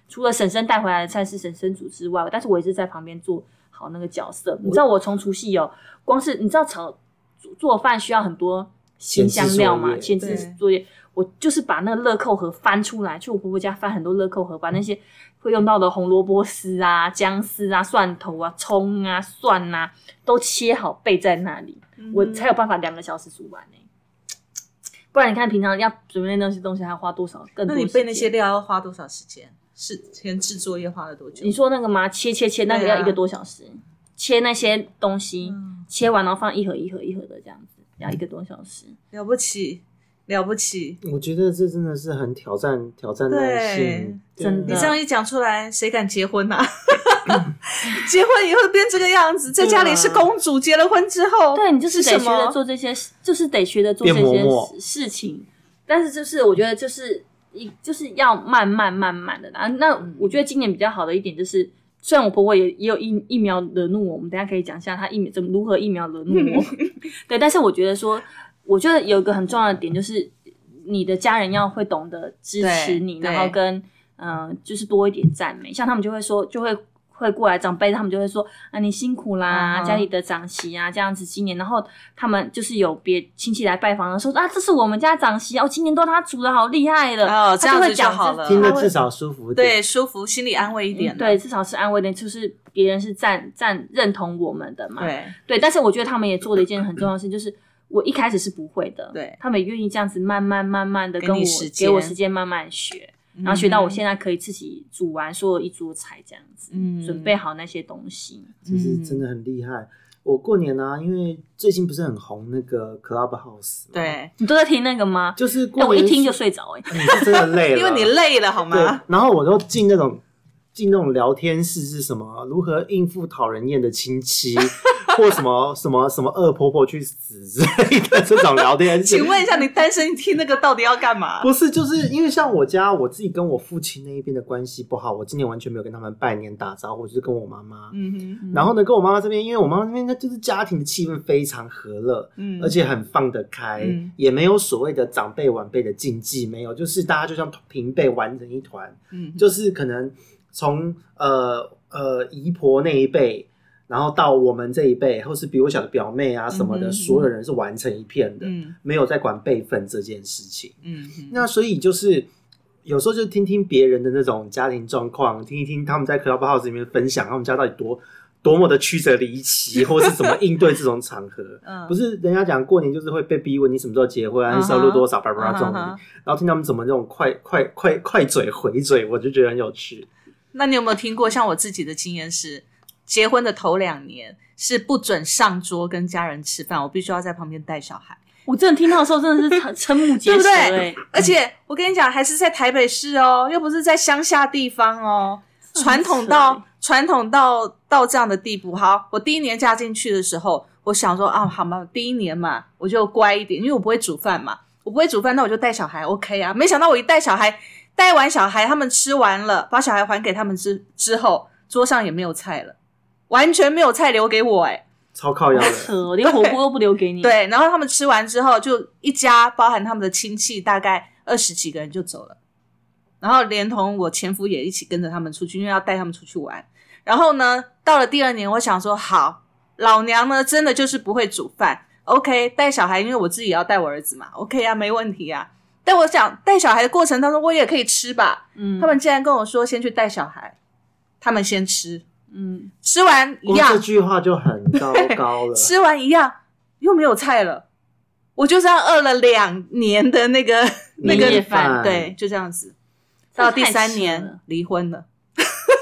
[SPEAKER 4] 除了婶婶带回来的菜是婶婶煮之外，但是我也是在旁边做好那个角色。你知道我从除夕有，光是你知道炒做做饭需要很多新香料嘛，前
[SPEAKER 3] 前
[SPEAKER 1] 置作业
[SPEAKER 4] 置
[SPEAKER 1] 对
[SPEAKER 4] 作业，我就是把那个乐扣盒翻出来，去我婆婆家翻很多乐扣盒，把那些会用到的红萝卜丝啊、姜丝啊、蒜头啊、葱啊、蒜啊都切好备在那里。
[SPEAKER 1] 嗯
[SPEAKER 4] 我才有办法两个小时煮完呢、不然你看，平常要准备那些东西，还要花多少更
[SPEAKER 1] 那
[SPEAKER 4] 多
[SPEAKER 1] 你
[SPEAKER 4] 时
[SPEAKER 1] 背那些
[SPEAKER 4] 间
[SPEAKER 1] 料要花多少时间？是前置作业花了多久？
[SPEAKER 4] 你说那个吗？切切切，那个
[SPEAKER 1] 对啊
[SPEAKER 4] 要一个多小时，切那些东西，
[SPEAKER 1] 嗯
[SPEAKER 4] 切完然后放一盒一盒一盒的这样子，要一个多小时。
[SPEAKER 1] 了不起，了不起！
[SPEAKER 3] 我觉得这真的是很挑战挑战耐心，
[SPEAKER 4] 对真
[SPEAKER 1] 你
[SPEAKER 4] 的
[SPEAKER 1] 这样一讲出来，谁敢结婚呐、啊？ 结婚以后变这个样子，在家里是公主，结了婚之后，
[SPEAKER 4] 对你就是
[SPEAKER 1] 什
[SPEAKER 4] 得学着
[SPEAKER 1] 么？
[SPEAKER 4] 做这些，就是得学着做这
[SPEAKER 3] 变嬷
[SPEAKER 4] 些
[SPEAKER 3] 嬷
[SPEAKER 4] 事事情。但是就是我觉得就是一就是要慢慢慢慢的啦。那
[SPEAKER 1] 嗯
[SPEAKER 4] 我觉得今年比较好的一点就是，虽然我婆婆也也有疫疫苗惹怒我，我们等一下可以讲一下她疫苗怎么如何疫苗惹怒 我。对，但是我觉得说，我觉得有一个很重要的点就是，你的家人要会懂得支持
[SPEAKER 1] 对
[SPEAKER 4] 你，
[SPEAKER 1] 对
[SPEAKER 4] 然后跟嗯、呃就是多一点赞美，像他们就会说就会。会过来长辈，他们就会说啊，你辛苦啦，
[SPEAKER 1] 嗯哼
[SPEAKER 4] 家里的长媳啊，这样子今年，然后他们就是有别亲戚来拜访的时候，啊，这是我们家长媳哦，今年都他煮的好厉害了，啊
[SPEAKER 1] 哦，这
[SPEAKER 4] 他就
[SPEAKER 1] 样
[SPEAKER 4] 会
[SPEAKER 1] 子就
[SPEAKER 4] 讲
[SPEAKER 1] 好
[SPEAKER 4] 自
[SPEAKER 1] 了。
[SPEAKER 3] 听
[SPEAKER 4] 他
[SPEAKER 3] 得
[SPEAKER 4] 会
[SPEAKER 3] 至少舒服一点。
[SPEAKER 1] 对，舒服，心里安慰一点。啊
[SPEAKER 4] 嗯对，至少是安慰的，就是别人是赞赞认同我们的嘛，
[SPEAKER 1] 对，
[SPEAKER 4] 对，但是我觉得他们也做了一件很重要的事，就是我一开始是不会的，
[SPEAKER 1] 对
[SPEAKER 4] 他们也愿意这样子慢慢慢慢的
[SPEAKER 1] 给
[SPEAKER 4] 跟我
[SPEAKER 1] 你时
[SPEAKER 4] 给我
[SPEAKER 1] 间嗯
[SPEAKER 4] 时间慢慢学，然后啊学到我现
[SPEAKER 1] 在
[SPEAKER 4] 在可以自己煮完所有一桌菜这样子，
[SPEAKER 1] 嗯
[SPEAKER 4] 准备好那些东西，
[SPEAKER 3] 就是
[SPEAKER 4] 嗯
[SPEAKER 3] 真的很厉害。我过年啊，因为最近不是很红那个 Clubhouse，嘛，
[SPEAKER 1] 对，
[SPEAKER 4] 你都在听那个吗？
[SPEAKER 3] 就是
[SPEAKER 4] 哎、
[SPEAKER 3] 过
[SPEAKER 4] 我
[SPEAKER 3] 年
[SPEAKER 4] 一听就睡着哎、
[SPEAKER 3] 你是真的 累了，啊
[SPEAKER 1] 因为你累了好
[SPEAKER 3] 对
[SPEAKER 1] 吗？，
[SPEAKER 3] 然后我都进那种进那种聊天室是什么？如何应付讨人厌的 亲戚，或什么什么什么恶婆婆去死之类的这种聊天室
[SPEAKER 1] 请。问一下，你单身你听那个到底要干嘛？
[SPEAKER 3] 不是，就是因为像我家我自己跟我父亲那一边的关系不好，我今年完全没有跟他们拜年打招呼，就是跟我妈妈。
[SPEAKER 1] 嗯哼，
[SPEAKER 3] 然后呢，跟我妈妈这边，因为我妈妈这边，她就是家庭的气氛非常和乐，
[SPEAKER 1] 嗯
[SPEAKER 3] 而且很放得开，
[SPEAKER 1] 嗯
[SPEAKER 3] 也没有所谓的长辈晚辈的禁忌，没有，就是大家就像平辈玩成一团，
[SPEAKER 1] 嗯，
[SPEAKER 3] 就是可能从呃呃姨婆那一辈，然后到我们这一辈，或是比我小的表妹啊什么
[SPEAKER 1] 嗯
[SPEAKER 3] 的，
[SPEAKER 1] 哼
[SPEAKER 3] 所有人是玩成一片的，
[SPEAKER 1] 嗯
[SPEAKER 3] 没有在管辈分这件事情。
[SPEAKER 1] 嗯哼
[SPEAKER 3] 那所以就是有时候就听听别人的那种家庭状况，听一听他们在 Clubhouse 里面分享他们家到底多多么的曲折离奇，或是怎 么应对这种场合。
[SPEAKER 1] 嗯
[SPEAKER 3] 不是人家讲过年就是会被逼问你什么时候结婚啊，
[SPEAKER 1] 嗯
[SPEAKER 3] 你
[SPEAKER 1] 哼
[SPEAKER 3] 收入多少，叭叭叭这种
[SPEAKER 1] 嗯哼
[SPEAKER 3] 东西。然后听他们怎么这种快快快快嘴回嘴，我就觉得很有趣。
[SPEAKER 1] 那你有没有听过？像我自己的经验是，结婚的头两年是不准上桌跟家人吃饭，我必须要在旁边带小孩，
[SPEAKER 4] 我真的听到的时候真的是瞠 瞠目结
[SPEAKER 1] 对不
[SPEAKER 4] 舌哎、
[SPEAKER 1] 对？而且 我跟你讲，还是在台北市哦，又不是在乡下地方哦，传统
[SPEAKER 4] 扯
[SPEAKER 1] 到传统到到这样的地步。好，我第一年嫁进去的时候，我想说啊，好嘛，第一年嘛，我就乖一点，因为我不会煮饭嘛，我不会煮饭，那我就带小孩，OK 啊。没想到我一带小孩，带完小孩，他们吃完了，把小孩还给他们之之后，桌上也没有菜了，完全没有菜留给我、哎，
[SPEAKER 3] 超靠腰的，
[SPEAKER 4] 扯，我连火锅都不留给你。，
[SPEAKER 1] 对，然后他们吃完之后，就一家包含他们的亲戚，大概二十几个人就走了，然后连同我前夫也一起跟着他们出去，因为要带他们出去玩。然后呢，到了第二年，我想说，好，老娘呢真的就是不会煮饭，OK，带小孩，因为我自己也要带我儿子嘛，OK 啊，没问题啊。但我想带小孩的过程当中，我也可以吃吧。
[SPEAKER 4] 嗯，
[SPEAKER 1] 他们竟然跟我说先去带小孩，他们先吃，
[SPEAKER 4] 嗯，
[SPEAKER 1] 吃完一
[SPEAKER 3] 光这
[SPEAKER 1] 样
[SPEAKER 3] 句话就很糟糕 了。
[SPEAKER 1] 吃完一样又没有菜了，我就这样饿了两年的那个那
[SPEAKER 4] 年夜
[SPEAKER 1] 个，
[SPEAKER 4] 饭
[SPEAKER 1] 对，就这样子。
[SPEAKER 4] 这
[SPEAKER 1] 到
[SPEAKER 4] 太
[SPEAKER 1] 第三
[SPEAKER 4] 扯了
[SPEAKER 1] 年离婚了，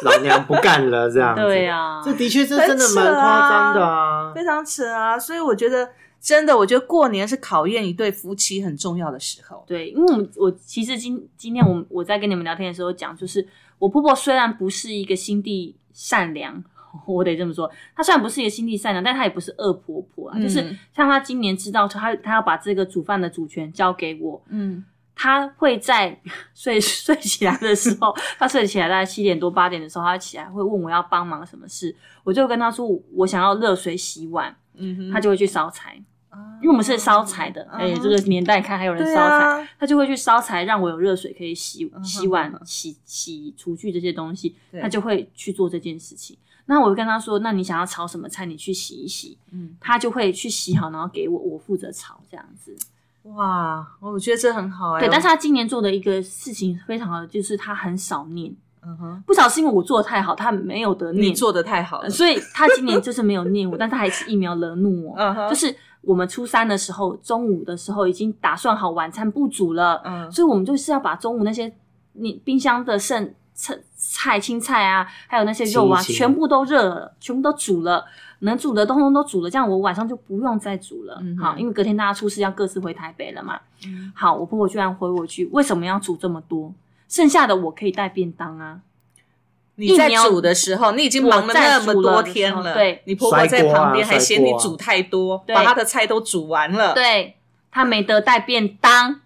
[SPEAKER 3] 老娘不干了这样子。
[SPEAKER 4] 对啊呀，
[SPEAKER 3] 这的确是真的蛮夸张的啊。
[SPEAKER 1] 非常扯啊！所以我觉得，真的，我觉得过年是考验一对夫妻很重要的时候。
[SPEAKER 4] 对，因为我们我其实今今天我我在跟你们聊天的时候讲，就是我婆婆虽然不是一个心地善良，我得这么说，她虽然不是一个心地善良，但她也不是恶婆婆啊。就是
[SPEAKER 1] 嗯
[SPEAKER 4] 像她今年知道她她要把这个煮饭的主权交给我，
[SPEAKER 1] 嗯，
[SPEAKER 4] 她会在 睡睡起来的时 候，她睡起来大概七点多八点的时候，她起来会问我要帮忙什么事，我就跟她说我想要热水洗碗，
[SPEAKER 1] 嗯哼
[SPEAKER 4] 她就会去烧柴，
[SPEAKER 1] 啊
[SPEAKER 4] 因为我们是烧柴的，而且这个年代看还有人
[SPEAKER 1] 对
[SPEAKER 4] 烧柴。
[SPEAKER 1] 啊，
[SPEAKER 4] 他就会去烧柴，让我有热水可以洗
[SPEAKER 1] 嗯哼
[SPEAKER 4] 洗碗
[SPEAKER 1] 嗯、哼
[SPEAKER 4] 洗洗厨具这些东西，
[SPEAKER 1] 对
[SPEAKER 4] 他就会去做这件事情。那我就跟他说：“那你想要炒什么菜，你去洗一洗。”
[SPEAKER 1] 嗯，
[SPEAKER 4] 他就会去洗好，然后给我，我负责炒这样子。
[SPEAKER 1] 哇，我觉得这很好哎、
[SPEAKER 4] 对，但是
[SPEAKER 1] 我
[SPEAKER 4] 他今年做的一个事情非常好的，就是他很少念，
[SPEAKER 1] 嗯哼，
[SPEAKER 4] 不少是因为我做的太好，他没有得
[SPEAKER 1] 你
[SPEAKER 4] 念，
[SPEAKER 1] 做的太好了
[SPEAKER 4] 呃，所以他今年就是没有念我，但 他还是一秒惹怒我。
[SPEAKER 1] 嗯哼，
[SPEAKER 4] 就是我们初三的时候，中午的时候已经打算好晚餐不煮了，
[SPEAKER 1] 嗯
[SPEAKER 4] 所以我们就是要把中午那些你冰箱的剩菜菜青菜啊，还有那些肉啊，
[SPEAKER 3] 清一清
[SPEAKER 4] 全部都热了，全部都煮了，能煮的通通都煮了，这样我晚上就不用再煮了。
[SPEAKER 1] 嗯哼
[SPEAKER 4] 好，因为隔天大家出事要各自回台北了嘛。
[SPEAKER 1] 嗯
[SPEAKER 4] 好，我婆婆居然回我一句：为什么要煮这么多？剩下的我可以带便当啊。
[SPEAKER 1] 你在
[SPEAKER 4] 疫苗
[SPEAKER 1] 煮的时候，你已经忙
[SPEAKER 4] 我
[SPEAKER 1] 了
[SPEAKER 4] 在
[SPEAKER 1] 那
[SPEAKER 4] 煮
[SPEAKER 1] 么
[SPEAKER 4] 了
[SPEAKER 1] 多
[SPEAKER 4] 的
[SPEAKER 1] 天
[SPEAKER 4] 时候
[SPEAKER 1] 了，
[SPEAKER 4] 对
[SPEAKER 1] 你婆婆在
[SPEAKER 3] 甩锅啊
[SPEAKER 1] 旁边还嫌
[SPEAKER 3] 甩
[SPEAKER 1] 你
[SPEAKER 3] 锅啊
[SPEAKER 1] 煮太多，
[SPEAKER 4] 对
[SPEAKER 1] 把她的菜都煮完了，
[SPEAKER 4] 对她没得带便当，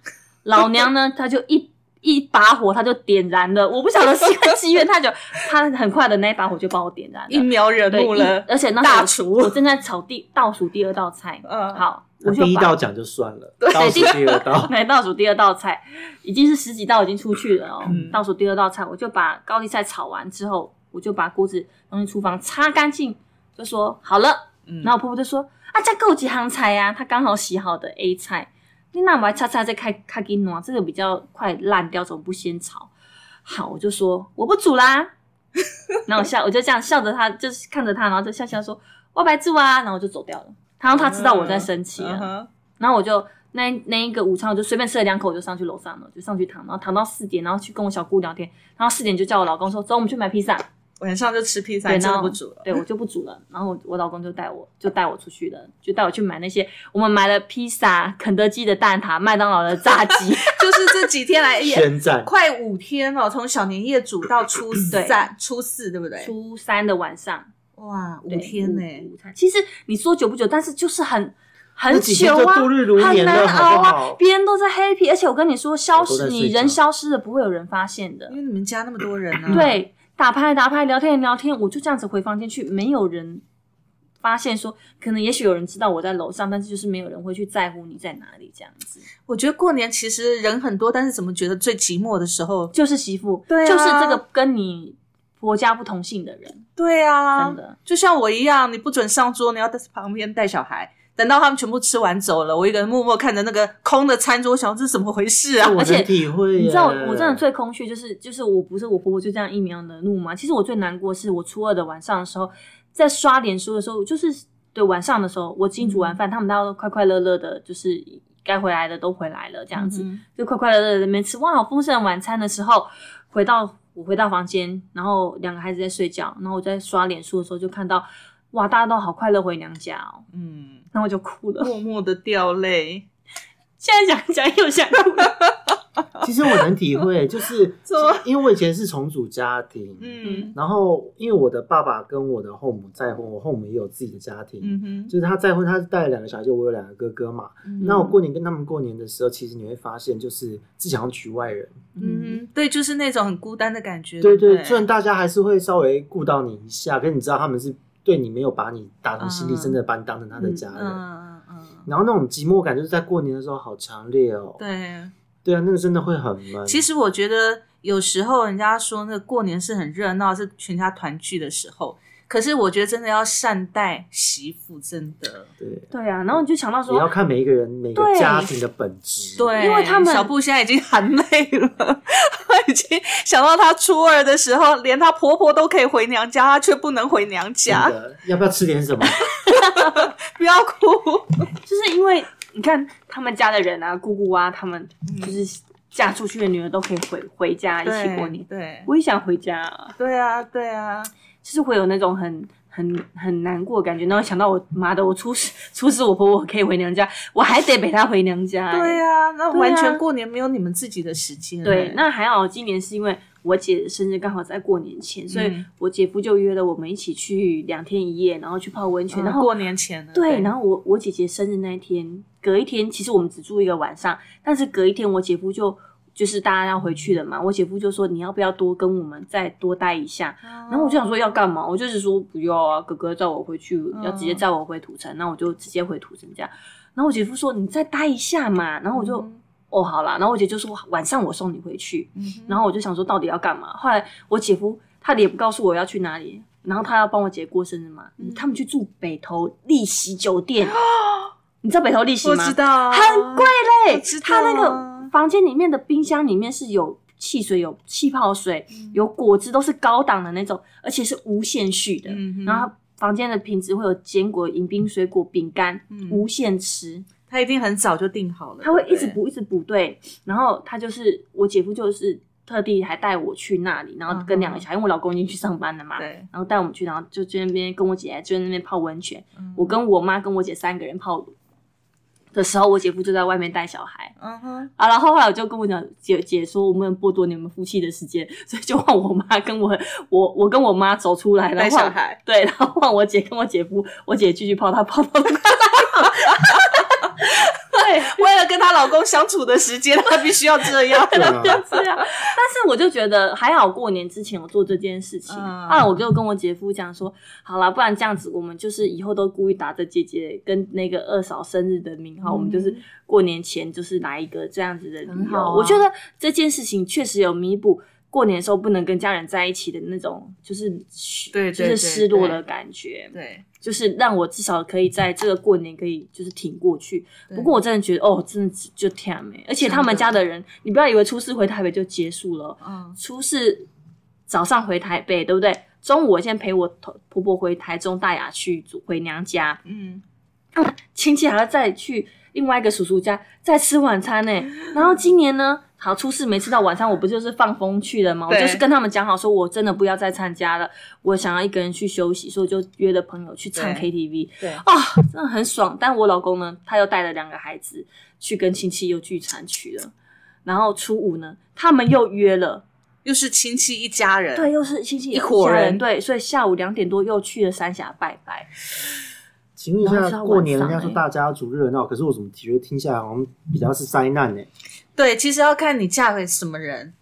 [SPEAKER 4] 老娘呢，她就一。一把火，她就点燃了。我不晓得是因为积怨太久，她很快的那一把火就把我点燃了。
[SPEAKER 1] 一秒惹
[SPEAKER 4] 对，
[SPEAKER 1] 怒了
[SPEAKER 4] 一而且那时候
[SPEAKER 1] 大
[SPEAKER 4] 我
[SPEAKER 1] 厨。
[SPEAKER 4] 我正在炒第倒数第二道菜。
[SPEAKER 1] 嗯
[SPEAKER 4] 好，我
[SPEAKER 3] 那
[SPEAKER 4] 就
[SPEAKER 3] 第一
[SPEAKER 4] 把，
[SPEAKER 3] 道讲就算了，倒数第二道
[SPEAKER 1] 哦
[SPEAKER 4] 来倒数第二道菜，已经是十几道已经出去了哦。
[SPEAKER 1] 嗯
[SPEAKER 4] 倒数第二道菜，我就把高丽菜炒完之后，我就把锅子弄进厨房擦干净，就说好了。
[SPEAKER 1] 嗯
[SPEAKER 4] 然后我婆婆就说啊，再够几行菜呀、啊，她刚好洗好的 A 菜，你那我还擦擦再开开给暖，这个比较快烂掉，怎么不先炒？好，我就说我不煮 啦。然后我笑，我就这样笑着她，就是看着她，然后就笑笑说我白煮啊，然后我就走掉了。她让她知道我在生气了
[SPEAKER 1] 嗯。哼
[SPEAKER 4] 然后我就那那一个午餐，我就随便吃了两口，我就上去楼上了，就上去躺，然后躺到四点，然后去跟我小姑聊天，然后四点就叫我老公说走，我们去买披萨，
[SPEAKER 1] 晚上就吃披萨，
[SPEAKER 4] 对，
[SPEAKER 1] 真
[SPEAKER 4] 然
[SPEAKER 1] 的
[SPEAKER 4] 后
[SPEAKER 1] 不煮了。
[SPEAKER 4] 对我就不煮了，然后我我老公就带我就带我出去了，就带我去买那些我们买了披萨、肯德基的蛋挞、麦当劳的炸 鸡，
[SPEAKER 1] 就是这几天来也
[SPEAKER 3] 宣战。
[SPEAKER 1] 快五天哦，从小年夜煮到初三、初四，对不对？
[SPEAKER 4] 初三的晚上
[SPEAKER 1] 哇，五
[SPEAKER 4] 对
[SPEAKER 1] 天
[SPEAKER 4] 午
[SPEAKER 1] 呢！
[SPEAKER 4] 午餐，其实你说久不久，但是就是很。很
[SPEAKER 3] 那几天
[SPEAKER 4] 久
[SPEAKER 3] 就
[SPEAKER 4] 啊，
[SPEAKER 3] 度日如
[SPEAKER 4] 很
[SPEAKER 3] 年
[SPEAKER 4] 难
[SPEAKER 3] 了
[SPEAKER 4] 熬
[SPEAKER 3] 好不
[SPEAKER 4] 啊！
[SPEAKER 3] 好
[SPEAKER 4] 别人都在 happy，而且我跟你说，消
[SPEAKER 3] 我都在
[SPEAKER 4] 失你
[SPEAKER 3] 睡觉
[SPEAKER 4] 人消失了，不会有人发现的
[SPEAKER 1] 因。为你们家那么多人啊呢，，
[SPEAKER 4] 对，打牌打牌，聊天聊天，我就这样子回房间去，没有人发现说，可能也许有人知道我在楼上，但是就是没有人会去在乎你在哪里这样子。
[SPEAKER 1] 我觉得过年其实人很多，但是怎么觉得最寂寞的时候？
[SPEAKER 4] 就是媳妇，
[SPEAKER 1] 对啊
[SPEAKER 4] 就是这个跟你婆家不同姓的人，
[SPEAKER 1] 对啊，
[SPEAKER 4] 真的。
[SPEAKER 1] 就像我一样，你不准上桌，你要 在旁边带小孩。等到他们全部吃完走了，我一个人默默看着那个空的餐桌，想说这是怎么回事啊
[SPEAKER 3] 这？我
[SPEAKER 4] 而且
[SPEAKER 3] 能体会耶，
[SPEAKER 4] 你知道我真的最空虚，就是就是我不是我婆婆就这样一秒惹怒吗？其实我最难过是我初二的晚上的时候，在刷脸书的时候，就是对晚上的时候，我已经煮完
[SPEAKER 1] 嗯
[SPEAKER 4] 饭，他们大家都快快乐乐的，就是该回来的都回来了这
[SPEAKER 1] 这
[SPEAKER 4] 样子。就快快乐乐的在那边吃，哇，好丰盛的晚餐的时候，回到我回到房间，然后两个孩子在睡觉，然后我在刷脸书的时候就看到，哇，大家都好快乐回娘家哦，
[SPEAKER 1] 嗯，
[SPEAKER 4] 然后我就哭了，
[SPEAKER 1] 默默的掉泪。
[SPEAKER 4] 现在讲一讲又想哭了，
[SPEAKER 3] 其实我能体会，就是
[SPEAKER 1] 怎么
[SPEAKER 3] 因为我以前是重组家庭，
[SPEAKER 1] 嗯
[SPEAKER 3] 然后因为我的爸爸跟我的后母再婚，我后母也有自己的家庭，
[SPEAKER 1] 嗯哼，
[SPEAKER 3] 就是他再婚，他带了两个小孩，就我有两个哥哥嘛。
[SPEAKER 1] 嗯
[SPEAKER 3] 那我过年跟他们过年的时候，其实你会发现，就是自己好像局外人。
[SPEAKER 1] 嗯哼，对，就是那种很孤单的感觉。
[SPEAKER 3] 对
[SPEAKER 1] 对
[SPEAKER 3] 对
[SPEAKER 1] 不，
[SPEAKER 3] 虽然大家还是会稍微顾到你一下，可是你知道他们是对你没有把你打从心里，
[SPEAKER 1] 嗯
[SPEAKER 3] 真的把你当成他的家
[SPEAKER 1] 嗯
[SPEAKER 3] 人。
[SPEAKER 1] 嗯嗯嗯，
[SPEAKER 3] 然后那种寂寞感，就是在过年的时候好强烈哦。
[SPEAKER 1] 对。
[SPEAKER 3] 对啊，那个真的会很闷。
[SPEAKER 1] 其实我觉得有时候人家说那个过年是很热闹，是全家团聚的时候，可是我觉得真的要善待媳妇，真的。
[SPEAKER 3] 对，
[SPEAKER 4] 对啊，然后你就想到
[SPEAKER 3] 也要
[SPEAKER 4] 说，
[SPEAKER 3] 看每一个人每个
[SPEAKER 4] 对
[SPEAKER 3] 家庭的本质。
[SPEAKER 1] 对，
[SPEAKER 4] 因为他们
[SPEAKER 1] 小布现在已经含泪了， 他已经想到他初二的时候，连她婆婆都可以回娘家，她却不能回娘
[SPEAKER 3] 真
[SPEAKER 1] 家。
[SPEAKER 3] 的，要不要吃点什么？
[SPEAKER 1] 不要哭，
[SPEAKER 4] 就是因为你看他们家的人啊，姑姑啊，他们就是嫁出去的女儿都可以回回家一起过年。
[SPEAKER 1] 对
[SPEAKER 4] 我也想回家、啊，
[SPEAKER 1] 对啊，对啊，
[SPEAKER 4] 就是会有那种很很很难过的感觉，然后想到我妈的，我出使出使我婆婆可以回娘家，我还得陪她回娘家、欸。
[SPEAKER 1] 对啊，那
[SPEAKER 4] 对啊
[SPEAKER 1] 完全过年没有你们自己的时间。
[SPEAKER 4] 对，那还好，今年是因为我姐的生日刚好在过年前，所以
[SPEAKER 1] 嗯
[SPEAKER 4] 我姐夫就约了我们一起去两天一夜，然后去泡温泉，
[SPEAKER 1] 嗯
[SPEAKER 4] 然后
[SPEAKER 1] 过年前了，
[SPEAKER 4] 对，然后我我姐姐生日那一天，隔一天，其实我们只住一个晚上，但是隔一天我姐夫就就是大家要回去了嘛，我姐夫就说你要不要多跟我们再多待一下？
[SPEAKER 1] 然
[SPEAKER 4] 然后我就想说要干嘛？我就是说不要啊，哥哥载我回去，要直接
[SPEAKER 1] 嗯
[SPEAKER 4] 载我回土城，那我就直接回土城这样。然后我姐夫说你再待一下嘛，然后我就、
[SPEAKER 1] 嗯
[SPEAKER 4] 哦好啦，然后我姐就说晚上我送你回去，
[SPEAKER 1] 嗯
[SPEAKER 4] 然后我就想说到底要干嘛？后来我姐夫他也不告诉我要去哪里，然后他要帮我姐过生日嘛，
[SPEAKER 1] 嗯
[SPEAKER 4] 他们去住北投丽喜 酒店，你知道北投丽喜
[SPEAKER 1] 我
[SPEAKER 4] 吗？
[SPEAKER 1] 知道，
[SPEAKER 4] 很贵
[SPEAKER 1] 我
[SPEAKER 4] 嘞
[SPEAKER 1] 知，道
[SPEAKER 4] 他
[SPEAKER 1] 啊
[SPEAKER 4] 那个房间里面的冰箱里面是有汽水、有气泡水、
[SPEAKER 1] 嗯
[SPEAKER 4] 有果汁，都是高档的那种，而且是无限续的。
[SPEAKER 1] 嗯哼
[SPEAKER 4] 然后房间的品质会有坚果、饮冰、水果、饼干，
[SPEAKER 1] 嗯
[SPEAKER 4] 无限吃。
[SPEAKER 1] 他一定很早就定好了，
[SPEAKER 4] 他会
[SPEAKER 1] 对
[SPEAKER 4] 一
[SPEAKER 1] 不
[SPEAKER 4] 直
[SPEAKER 1] 对，
[SPEAKER 4] 补一直补对，然后他就是我姐夫就是特地还带我去那里，然后跟两个小孩，因为我老公已经去上班了嘛，
[SPEAKER 1] 嗯对，
[SPEAKER 4] 然后带我们去，然后就去那边跟我姐就在那边泡温泉，
[SPEAKER 1] 嗯
[SPEAKER 4] 我跟我妈跟我姐三个人泡的时候，我姐夫就在外面带小孩。
[SPEAKER 1] 嗯哼，
[SPEAKER 4] 啊，然后后来我就跟我讲姐姐说，我们剥夺你们夫妻的时间， 所以就换我妈跟我我我跟我妈走出来，然
[SPEAKER 1] 带
[SPEAKER 4] 后换
[SPEAKER 1] 小孩，
[SPEAKER 4] 对，然后换我姐跟我姐夫，我姐继续泡她泡到对，
[SPEAKER 1] 为了跟她老公相处的时间，她必须要这 样。
[SPEAKER 3] 对啊，
[SPEAKER 4] 是啊，但是我就觉得还好，过年之前我做这件事情、
[SPEAKER 1] 嗯
[SPEAKER 4] 啊，我就跟我姐夫讲说，好啦，不然这样子，我们就是以后都故意打着姐姐跟那个二嫂生日的名号，我们就是过年前就是来一个这样子的理
[SPEAKER 1] 嗯很
[SPEAKER 4] 由。
[SPEAKER 1] 好啊
[SPEAKER 4] 我觉得这件事情确实有弥补过年的时候不能跟家人在一起的那种，就是
[SPEAKER 1] 对对
[SPEAKER 4] 就是
[SPEAKER 1] 对
[SPEAKER 4] 失落的感觉，
[SPEAKER 1] 对，
[SPEAKER 4] 就是让我至少可以在这个过年可以就是挺过去。
[SPEAKER 1] 对
[SPEAKER 4] 不过我真的觉得，哦，真的就甜美、而且他们家的人，你不要以为初四回台北就结束了，
[SPEAKER 1] 嗯
[SPEAKER 4] 初四早上回台北，对不对？中午我先陪我头婆婆回台中大雅去祖回娘家，
[SPEAKER 1] 嗯，
[SPEAKER 4] 亲戚还要再去另外一个叔叔家再吃晚餐呢、然后今年呢，好初四没吃到晚餐，我不就是放风去了吗？我
[SPEAKER 1] 对
[SPEAKER 4] 就是跟他们讲好，说我真的不要再参加了，我想要一个人去休息，所以我就约了朋友去唱
[SPEAKER 1] 对
[SPEAKER 4] KTV。
[SPEAKER 1] 对，
[SPEAKER 4] 啊、真的很爽。但我老公呢，他又带了两个孩子去跟亲戚又聚餐去了。然后初五呢，他们又约了，
[SPEAKER 1] 又是亲戚一家人，
[SPEAKER 4] 对，又是亲戚
[SPEAKER 1] 一伙
[SPEAKER 4] 家人，
[SPEAKER 1] 人
[SPEAKER 4] 对，所以下午两点多又去了三峡拜拜。
[SPEAKER 3] 请问一
[SPEAKER 4] 然后是
[SPEAKER 3] 下，
[SPEAKER 4] 要
[SPEAKER 3] 过年
[SPEAKER 4] 晚
[SPEAKER 3] 人
[SPEAKER 4] 上
[SPEAKER 3] 家说
[SPEAKER 4] 欸
[SPEAKER 3] 大家要煮热闹，可是我怎么觉得听下来好像比较是灾难欸呢、
[SPEAKER 1] 对，其实要看你嫁给什么人，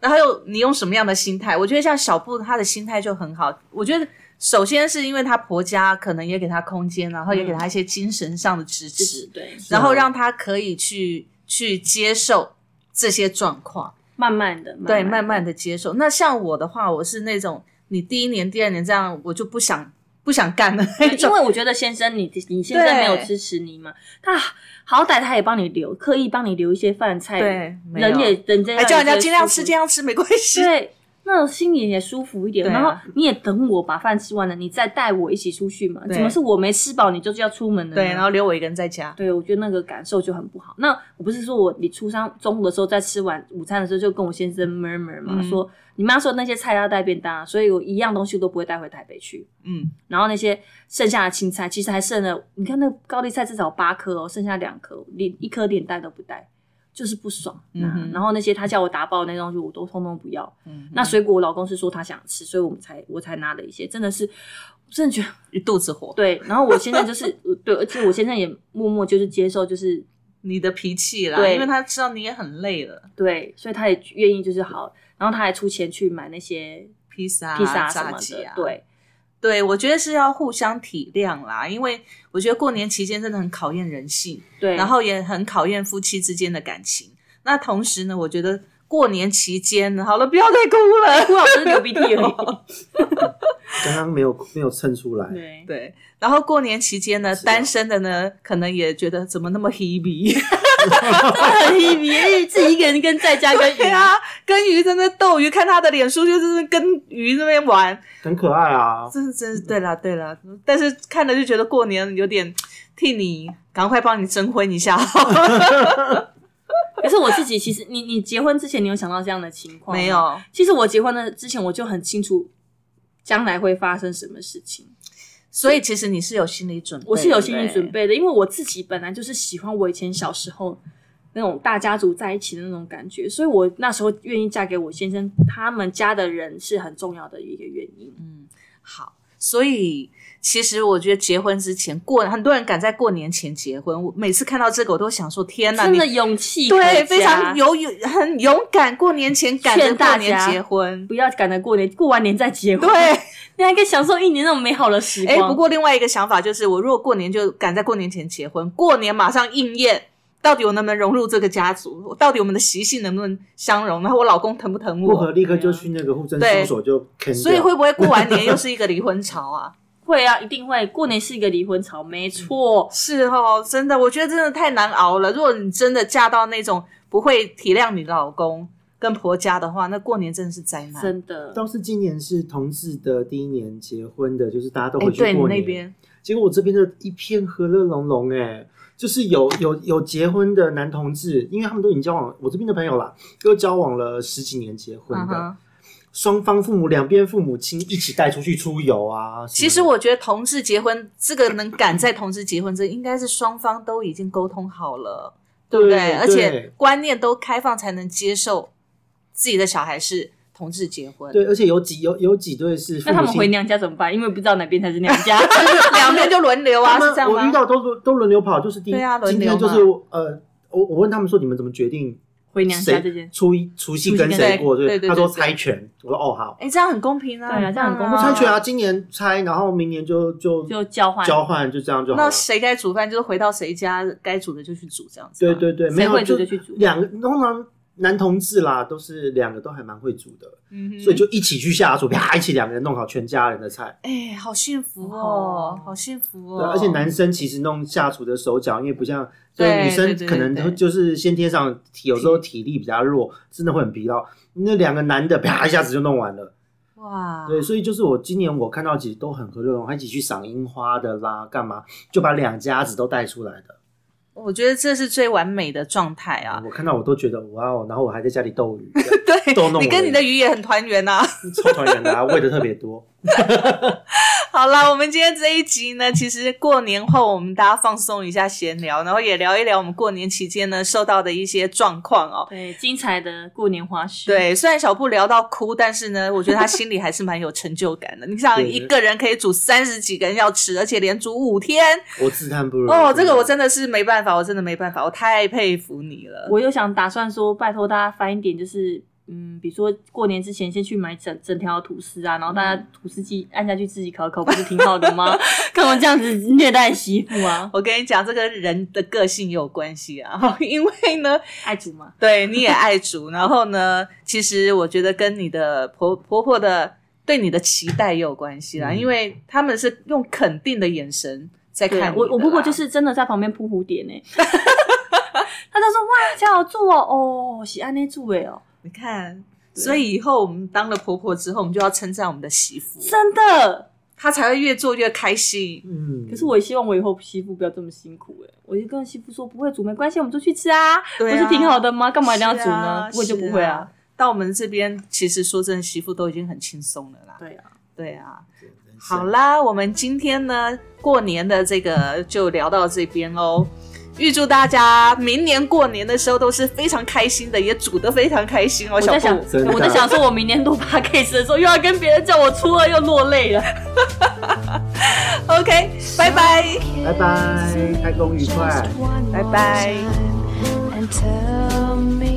[SPEAKER 1] 然后又你用什么样的心态。我觉得像小布，她的心态就很好。我觉得首先是因为她婆家可能也给她空间，然后也给她一些精神上的支持，
[SPEAKER 4] 就是对，
[SPEAKER 1] 然后让她可以去去接受这些状况，
[SPEAKER 4] 慢慢的，
[SPEAKER 1] 对，慢
[SPEAKER 4] 慢
[SPEAKER 1] 慢的接受。那像我的话，我是那种你第一年、第二年这样，我就不想不想干的那
[SPEAKER 4] 地。因
[SPEAKER 1] 种。
[SPEAKER 4] 为我觉得先生你，你先生没有
[SPEAKER 1] 对
[SPEAKER 4] 支持你嘛，他好歹他也帮你留，刻意帮你留一些饭菜，
[SPEAKER 1] 对，没有
[SPEAKER 4] 人也人家
[SPEAKER 1] 还叫人家尽量吃，
[SPEAKER 4] 这
[SPEAKER 1] 尽量吃，没关系。
[SPEAKER 4] 对，那心里也舒服一点。
[SPEAKER 1] 对啊
[SPEAKER 4] 然后你也等我把饭吃完了，你再带我一起出去嘛。
[SPEAKER 1] 对
[SPEAKER 4] 怎么是我没吃饱，你就是要出门的呢？
[SPEAKER 1] 对，然后留我一个人在家。
[SPEAKER 4] 对，我觉得那个感受就很不好。那我不是说我你初三中午的时候在吃完午餐的时候就跟我先生 murmur 嘛，
[SPEAKER 1] 嗯
[SPEAKER 4] 说你妈说那些菜要带便当啊，所以我一样东西都不会带回台北去。
[SPEAKER 1] 嗯，
[SPEAKER 4] 然后那些剩下的青菜，其实还剩了，你看那个高丽菜至少有八颗哦，剩下两颗，连一颗连带都不带。就是不爽。
[SPEAKER 1] 嗯哼
[SPEAKER 4] 然后那些他叫我打包的那些东西，我都通通不要。
[SPEAKER 1] 嗯
[SPEAKER 4] 那水果我老公是说他想吃，所以我们才我才拿了一些，真的是，我真的觉得
[SPEAKER 1] 一肚子火，
[SPEAKER 4] 对。然后我现在就是呃对，而且我现在也默默就是接受，就是
[SPEAKER 1] 你的脾气啦，
[SPEAKER 4] 对
[SPEAKER 1] 因为他知道你也很累了，
[SPEAKER 4] 对，所以他也愿意就是好，然后他还出钱去买那些
[SPEAKER 1] 披萨、
[SPEAKER 4] 披萨什
[SPEAKER 1] 啊炸
[SPEAKER 4] 么
[SPEAKER 1] 鸡
[SPEAKER 4] 的，
[SPEAKER 1] 啊，
[SPEAKER 4] 对
[SPEAKER 1] 对，我觉得是要互相体谅啦，因为我觉得过年期间真的很考验人性。
[SPEAKER 4] 对。
[SPEAKER 1] 然后也很考验夫妻之间的感情。那同时呢，我觉得过年期间，好了，不要再哭了。
[SPEAKER 4] 不好，只是流鼻涕 而
[SPEAKER 1] 哦
[SPEAKER 4] 已。
[SPEAKER 3] 刚刚没有没有蹭出来，
[SPEAKER 4] 对，
[SPEAKER 1] 对，然后过年期间呢，
[SPEAKER 3] 是啊
[SPEAKER 1] 单身的呢，可能也觉得怎么那么 hebe，
[SPEAKER 4] 很 happy，因为自己一个人跟在家跟
[SPEAKER 1] 对 啊，跟鱼在那斗鱼，看他的脸书就是跟鱼那边玩，
[SPEAKER 3] 很可爱啊。
[SPEAKER 1] 真是真是对啦对啦，嗯但是看了就觉得过年有点替你赶快帮你征婚一下，
[SPEAKER 4] 可是我自己其实，你你结婚之前，你有想到这样的情况 吗
[SPEAKER 1] 没？有。
[SPEAKER 4] 其实我结婚的之前，我就很清楚将来会发生什么事情，
[SPEAKER 1] 所以其实你是有心理准备，
[SPEAKER 4] 我是有心理
[SPEAKER 1] 对不对
[SPEAKER 4] 准备的，因为我自己本来就是喜欢我以前小时候那种大家族在一起的那种感觉，所以我那时候愿意嫁给我先生，他们家的人是很重要的一个原因。
[SPEAKER 1] 好，所以其实我觉得结婚之前过，很多人赶在过年前结婚。我每次看到这个，我都想说：天哪，
[SPEAKER 4] 真的
[SPEAKER 1] 你
[SPEAKER 4] 勇气可
[SPEAKER 1] 对
[SPEAKER 4] 嘉
[SPEAKER 1] 非常有勇很勇敢，过年前赶着
[SPEAKER 4] 劝大
[SPEAKER 1] 过年
[SPEAKER 4] 家
[SPEAKER 1] 结婚。
[SPEAKER 4] 不要赶着过年，过完年再结婚。
[SPEAKER 1] 对，
[SPEAKER 4] 你还可以享受一年那种美好的时
[SPEAKER 1] 哎、
[SPEAKER 4] 光。
[SPEAKER 1] 不过另外一个想法就是，我如果过年就赶在过年前结婚，过年马上应验。到底我能不能融入这个家族？我到底我们的习性能不能相融？然后我老公疼不疼
[SPEAKER 3] 不合
[SPEAKER 1] 我？
[SPEAKER 3] 立刻就去那个户政事务所就坑
[SPEAKER 1] 所以会不会过完年又是一个离婚潮啊？
[SPEAKER 4] 会啊，一定会。过年是一个离婚潮，没错。
[SPEAKER 1] 是哦，真的，我觉得真的太难熬了。如果你真的嫁到那种不会体谅你老公跟婆家的话，那过年真的是灾难。
[SPEAKER 4] 真的，
[SPEAKER 3] 倒是今年是同志的第一年结婚的，就是大家都
[SPEAKER 1] 哎，
[SPEAKER 3] 回去
[SPEAKER 1] 对你
[SPEAKER 3] 过年。
[SPEAKER 1] 那边，
[SPEAKER 3] 结果我这边的一片和乐融融、哎，就是有有有结婚的男同志，因为他们都已经交往，我这边的朋友啦，都交往了十几年结婚
[SPEAKER 1] 嗯
[SPEAKER 3] 的，
[SPEAKER 1] 哼，
[SPEAKER 3] 双方父母两边父母亲一起带出去出游啊。
[SPEAKER 1] 其实我觉得同志结婚这个能赶在同志结婚，这应该是双方都已经沟通好了，对不对？
[SPEAKER 3] 对
[SPEAKER 1] 而且
[SPEAKER 3] 对
[SPEAKER 1] 观念都开放，才能接受自己的小孩是同志结婚。
[SPEAKER 3] 对，而且有几有有几对是父
[SPEAKER 4] 那他
[SPEAKER 3] 母
[SPEAKER 4] 们回
[SPEAKER 3] 亲。
[SPEAKER 4] 娘家怎么办？因为不知道哪边才是娘家。
[SPEAKER 1] 两边就轮流啊，
[SPEAKER 3] 他
[SPEAKER 1] 是
[SPEAKER 3] 们
[SPEAKER 1] 这样
[SPEAKER 3] 我遇
[SPEAKER 1] 吗？
[SPEAKER 3] 到都都轮流跑，就是第一，
[SPEAKER 1] 对啊轮
[SPEAKER 3] 今
[SPEAKER 1] 流
[SPEAKER 3] 天就是
[SPEAKER 1] 嘛
[SPEAKER 3] 呃，我我问他们说你们怎么决定
[SPEAKER 4] 回娘家
[SPEAKER 3] 谁
[SPEAKER 4] 这件事，
[SPEAKER 3] 初一除夕跟谁过？
[SPEAKER 1] 除夕跟谁对对对
[SPEAKER 3] 他说
[SPEAKER 1] 对对
[SPEAKER 3] 猜拳，我说哦好，
[SPEAKER 1] 哎，这样很公平啊！
[SPEAKER 4] 对啊这样很公平
[SPEAKER 1] 嗯
[SPEAKER 3] 猜拳啊，今年猜，然后明年就就
[SPEAKER 4] 就交换。
[SPEAKER 3] 交换，就这样就好
[SPEAKER 1] 那
[SPEAKER 3] 了。
[SPEAKER 1] 谁该煮饭，就是回到谁家该煮的就去煮，这样子。啊
[SPEAKER 3] 对。对对，没
[SPEAKER 4] 谁
[SPEAKER 3] 有
[SPEAKER 4] 会煮就去煮
[SPEAKER 3] 两个通常男同志啦，都是两个都还蛮会煮的，
[SPEAKER 1] 嗯
[SPEAKER 3] 所以就一起去下厨，啪，一起两个人弄好全家人的菜。
[SPEAKER 1] 哎、好幸福哦，
[SPEAKER 4] 哦
[SPEAKER 1] 好幸福
[SPEAKER 3] 对，啊
[SPEAKER 1] 哦。
[SPEAKER 3] 而且男生其实弄下厨的手脚，因为不像就
[SPEAKER 1] 对
[SPEAKER 3] 女
[SPEAKER 1] 对
[SPEAKER 3] 生
[SPEAKER 1] 对
[SPEAKER 3] 可能
[SPEAKER 1] 对
[SPEAKER 3] 会
[SPEAKER 1] 对
[SPEAKER 3] 就是先天上体有时候体力比较弱，真的会很疲劳。那两个男的啪一下子就弄完了，
[SPEAKER 1] 哇，
[SPEAKER 3] 对，所以就是我今年我看到几都很和乐融，还一起去赏樱花的啦，干嘛就把两家子都带出来的。
[SPEAKER 1] 我觉得这是最完美的状态啊。
[SPEAKER 3] 我看到我都觉得哇哦，然后我还在家里斗鱼，
[SPEAKER 1] 对
[SPEAKER 3] 都弄
[SPEAKER 1] 你跟
[SPEAKER 3] 我
[SPEAKER 1] 你的鱼也很团圆啊呐、
[SPEAKER 3] 超团圆的、啊，喂的特别多。
[SPEAKER 1] 好啦，我们今天这一集呢，其实过年后我们大家放松一下闲聊，然后也聊一聊我们过年期间呢受到的一些状况哦。
[SPEAKER 4] 对，精彩的过年花絮。，
[SPEAKER 1] 对，虽然小布聊到哭，但是呢，我觉得他心里还是蛮有成就感的。你想，
[SPEAKER 3] 对
[SPEAKER 1] 一个人可以煮三十几个人要吃，而且连煮五天，
[SPEAKER 3] 我自叹不如。
[SPEAKER 1] 哦，这个我真的是没办法，我真的没办法，我太佩服你了。
[SPEAKER 4] 我又想打算说，拜托大家翻一点，就是。嗯，比如说过年之前先去买整整条吐司啊，然后
[SPEAKER 1] 嗯
[SPEAKER 4] 大家吐司机按下去自己烤烤，不是挺好的 吗？干嘛这样子虐待媳妇啊？
[SPEAKER 1] 我跟你讲，这个人的个性也有关系啊， 因为呢，
[SPEAKER 4] 爱煮吗？
[SPEAKER 1] 对你也爱煮，然后呢，其实我觉得跟你的婆婆婆的对你的期待也有关系啦，
[SPEAKER 3] 嗯
[SPEAKER 1] 因为他们是用肯定的眼神在
[SPEAKER 4] 对
[SPEAKER 1] 看你
[SPEAKER 4] 我
[SPEAKER 1] 的
[SPEAKER 4] 我婆婆
[SPEAKER 1] 啦
[SPEAKER 4] 就是真的在旁边扑蝴蝶呢。 她就说：“哇，这好住哦，哦，是安内住诶哦，
[SPEAKER 1] 你看。所以以后我们当了婆婆之后，我们就要称赞我们的媳妇，
[SPEAKER 4] 真的。
[SPEAKER 1] 她才会越做越开心。
[SPEAKER 3] 嗯，
[SPEAKER 4] 可是我也希望我以后媳妇不要这么辛苦诶，我就跟媳妇说不会煮没关系，我们就去吃啊，不
[SPEAKER 1] 对啊
[SPEAKER 4] 是挺好的吗？干嘛一定要煮
[SPEAKER 1] 是
[SPEAKER 4] 呢
[SPEAKER 1] 啊？
[SPEAKER 4] 不会就不会啊。。
[SPEAKER 1] 是到我们这边，其实说真的，媳妇都已经很轻松了啦。
[SPEAKER 4] 对啊，
[SPEAKER 1] 对啊，
[SPEAKER 3] 人生
[SPEAKER 1] 好啦，我们今天呢，过年的这个就聊到这边喽。预祝大家明年过年的时候都是非常开心的，也煮得非常开心哦，
[SPEAKER 4] 我
[SPEAKER 1] 小
[SPEAKER 4] 在想
[SPEAKER 1] 布。，
[SPEAKER 3] 真的
[SPEAKER 4] 我在想说，我明年录 podcast 的时候，又要跟别人叫我初二，又落泪了。
[SPEAKER 1] OK，拜拜。
[SPEAKER 3] 拜拜，开工愉快。
[SPEAKER 2] Just one more
[SPEAKER 1] Bye bye.
[SPEAKER 2] time And tell me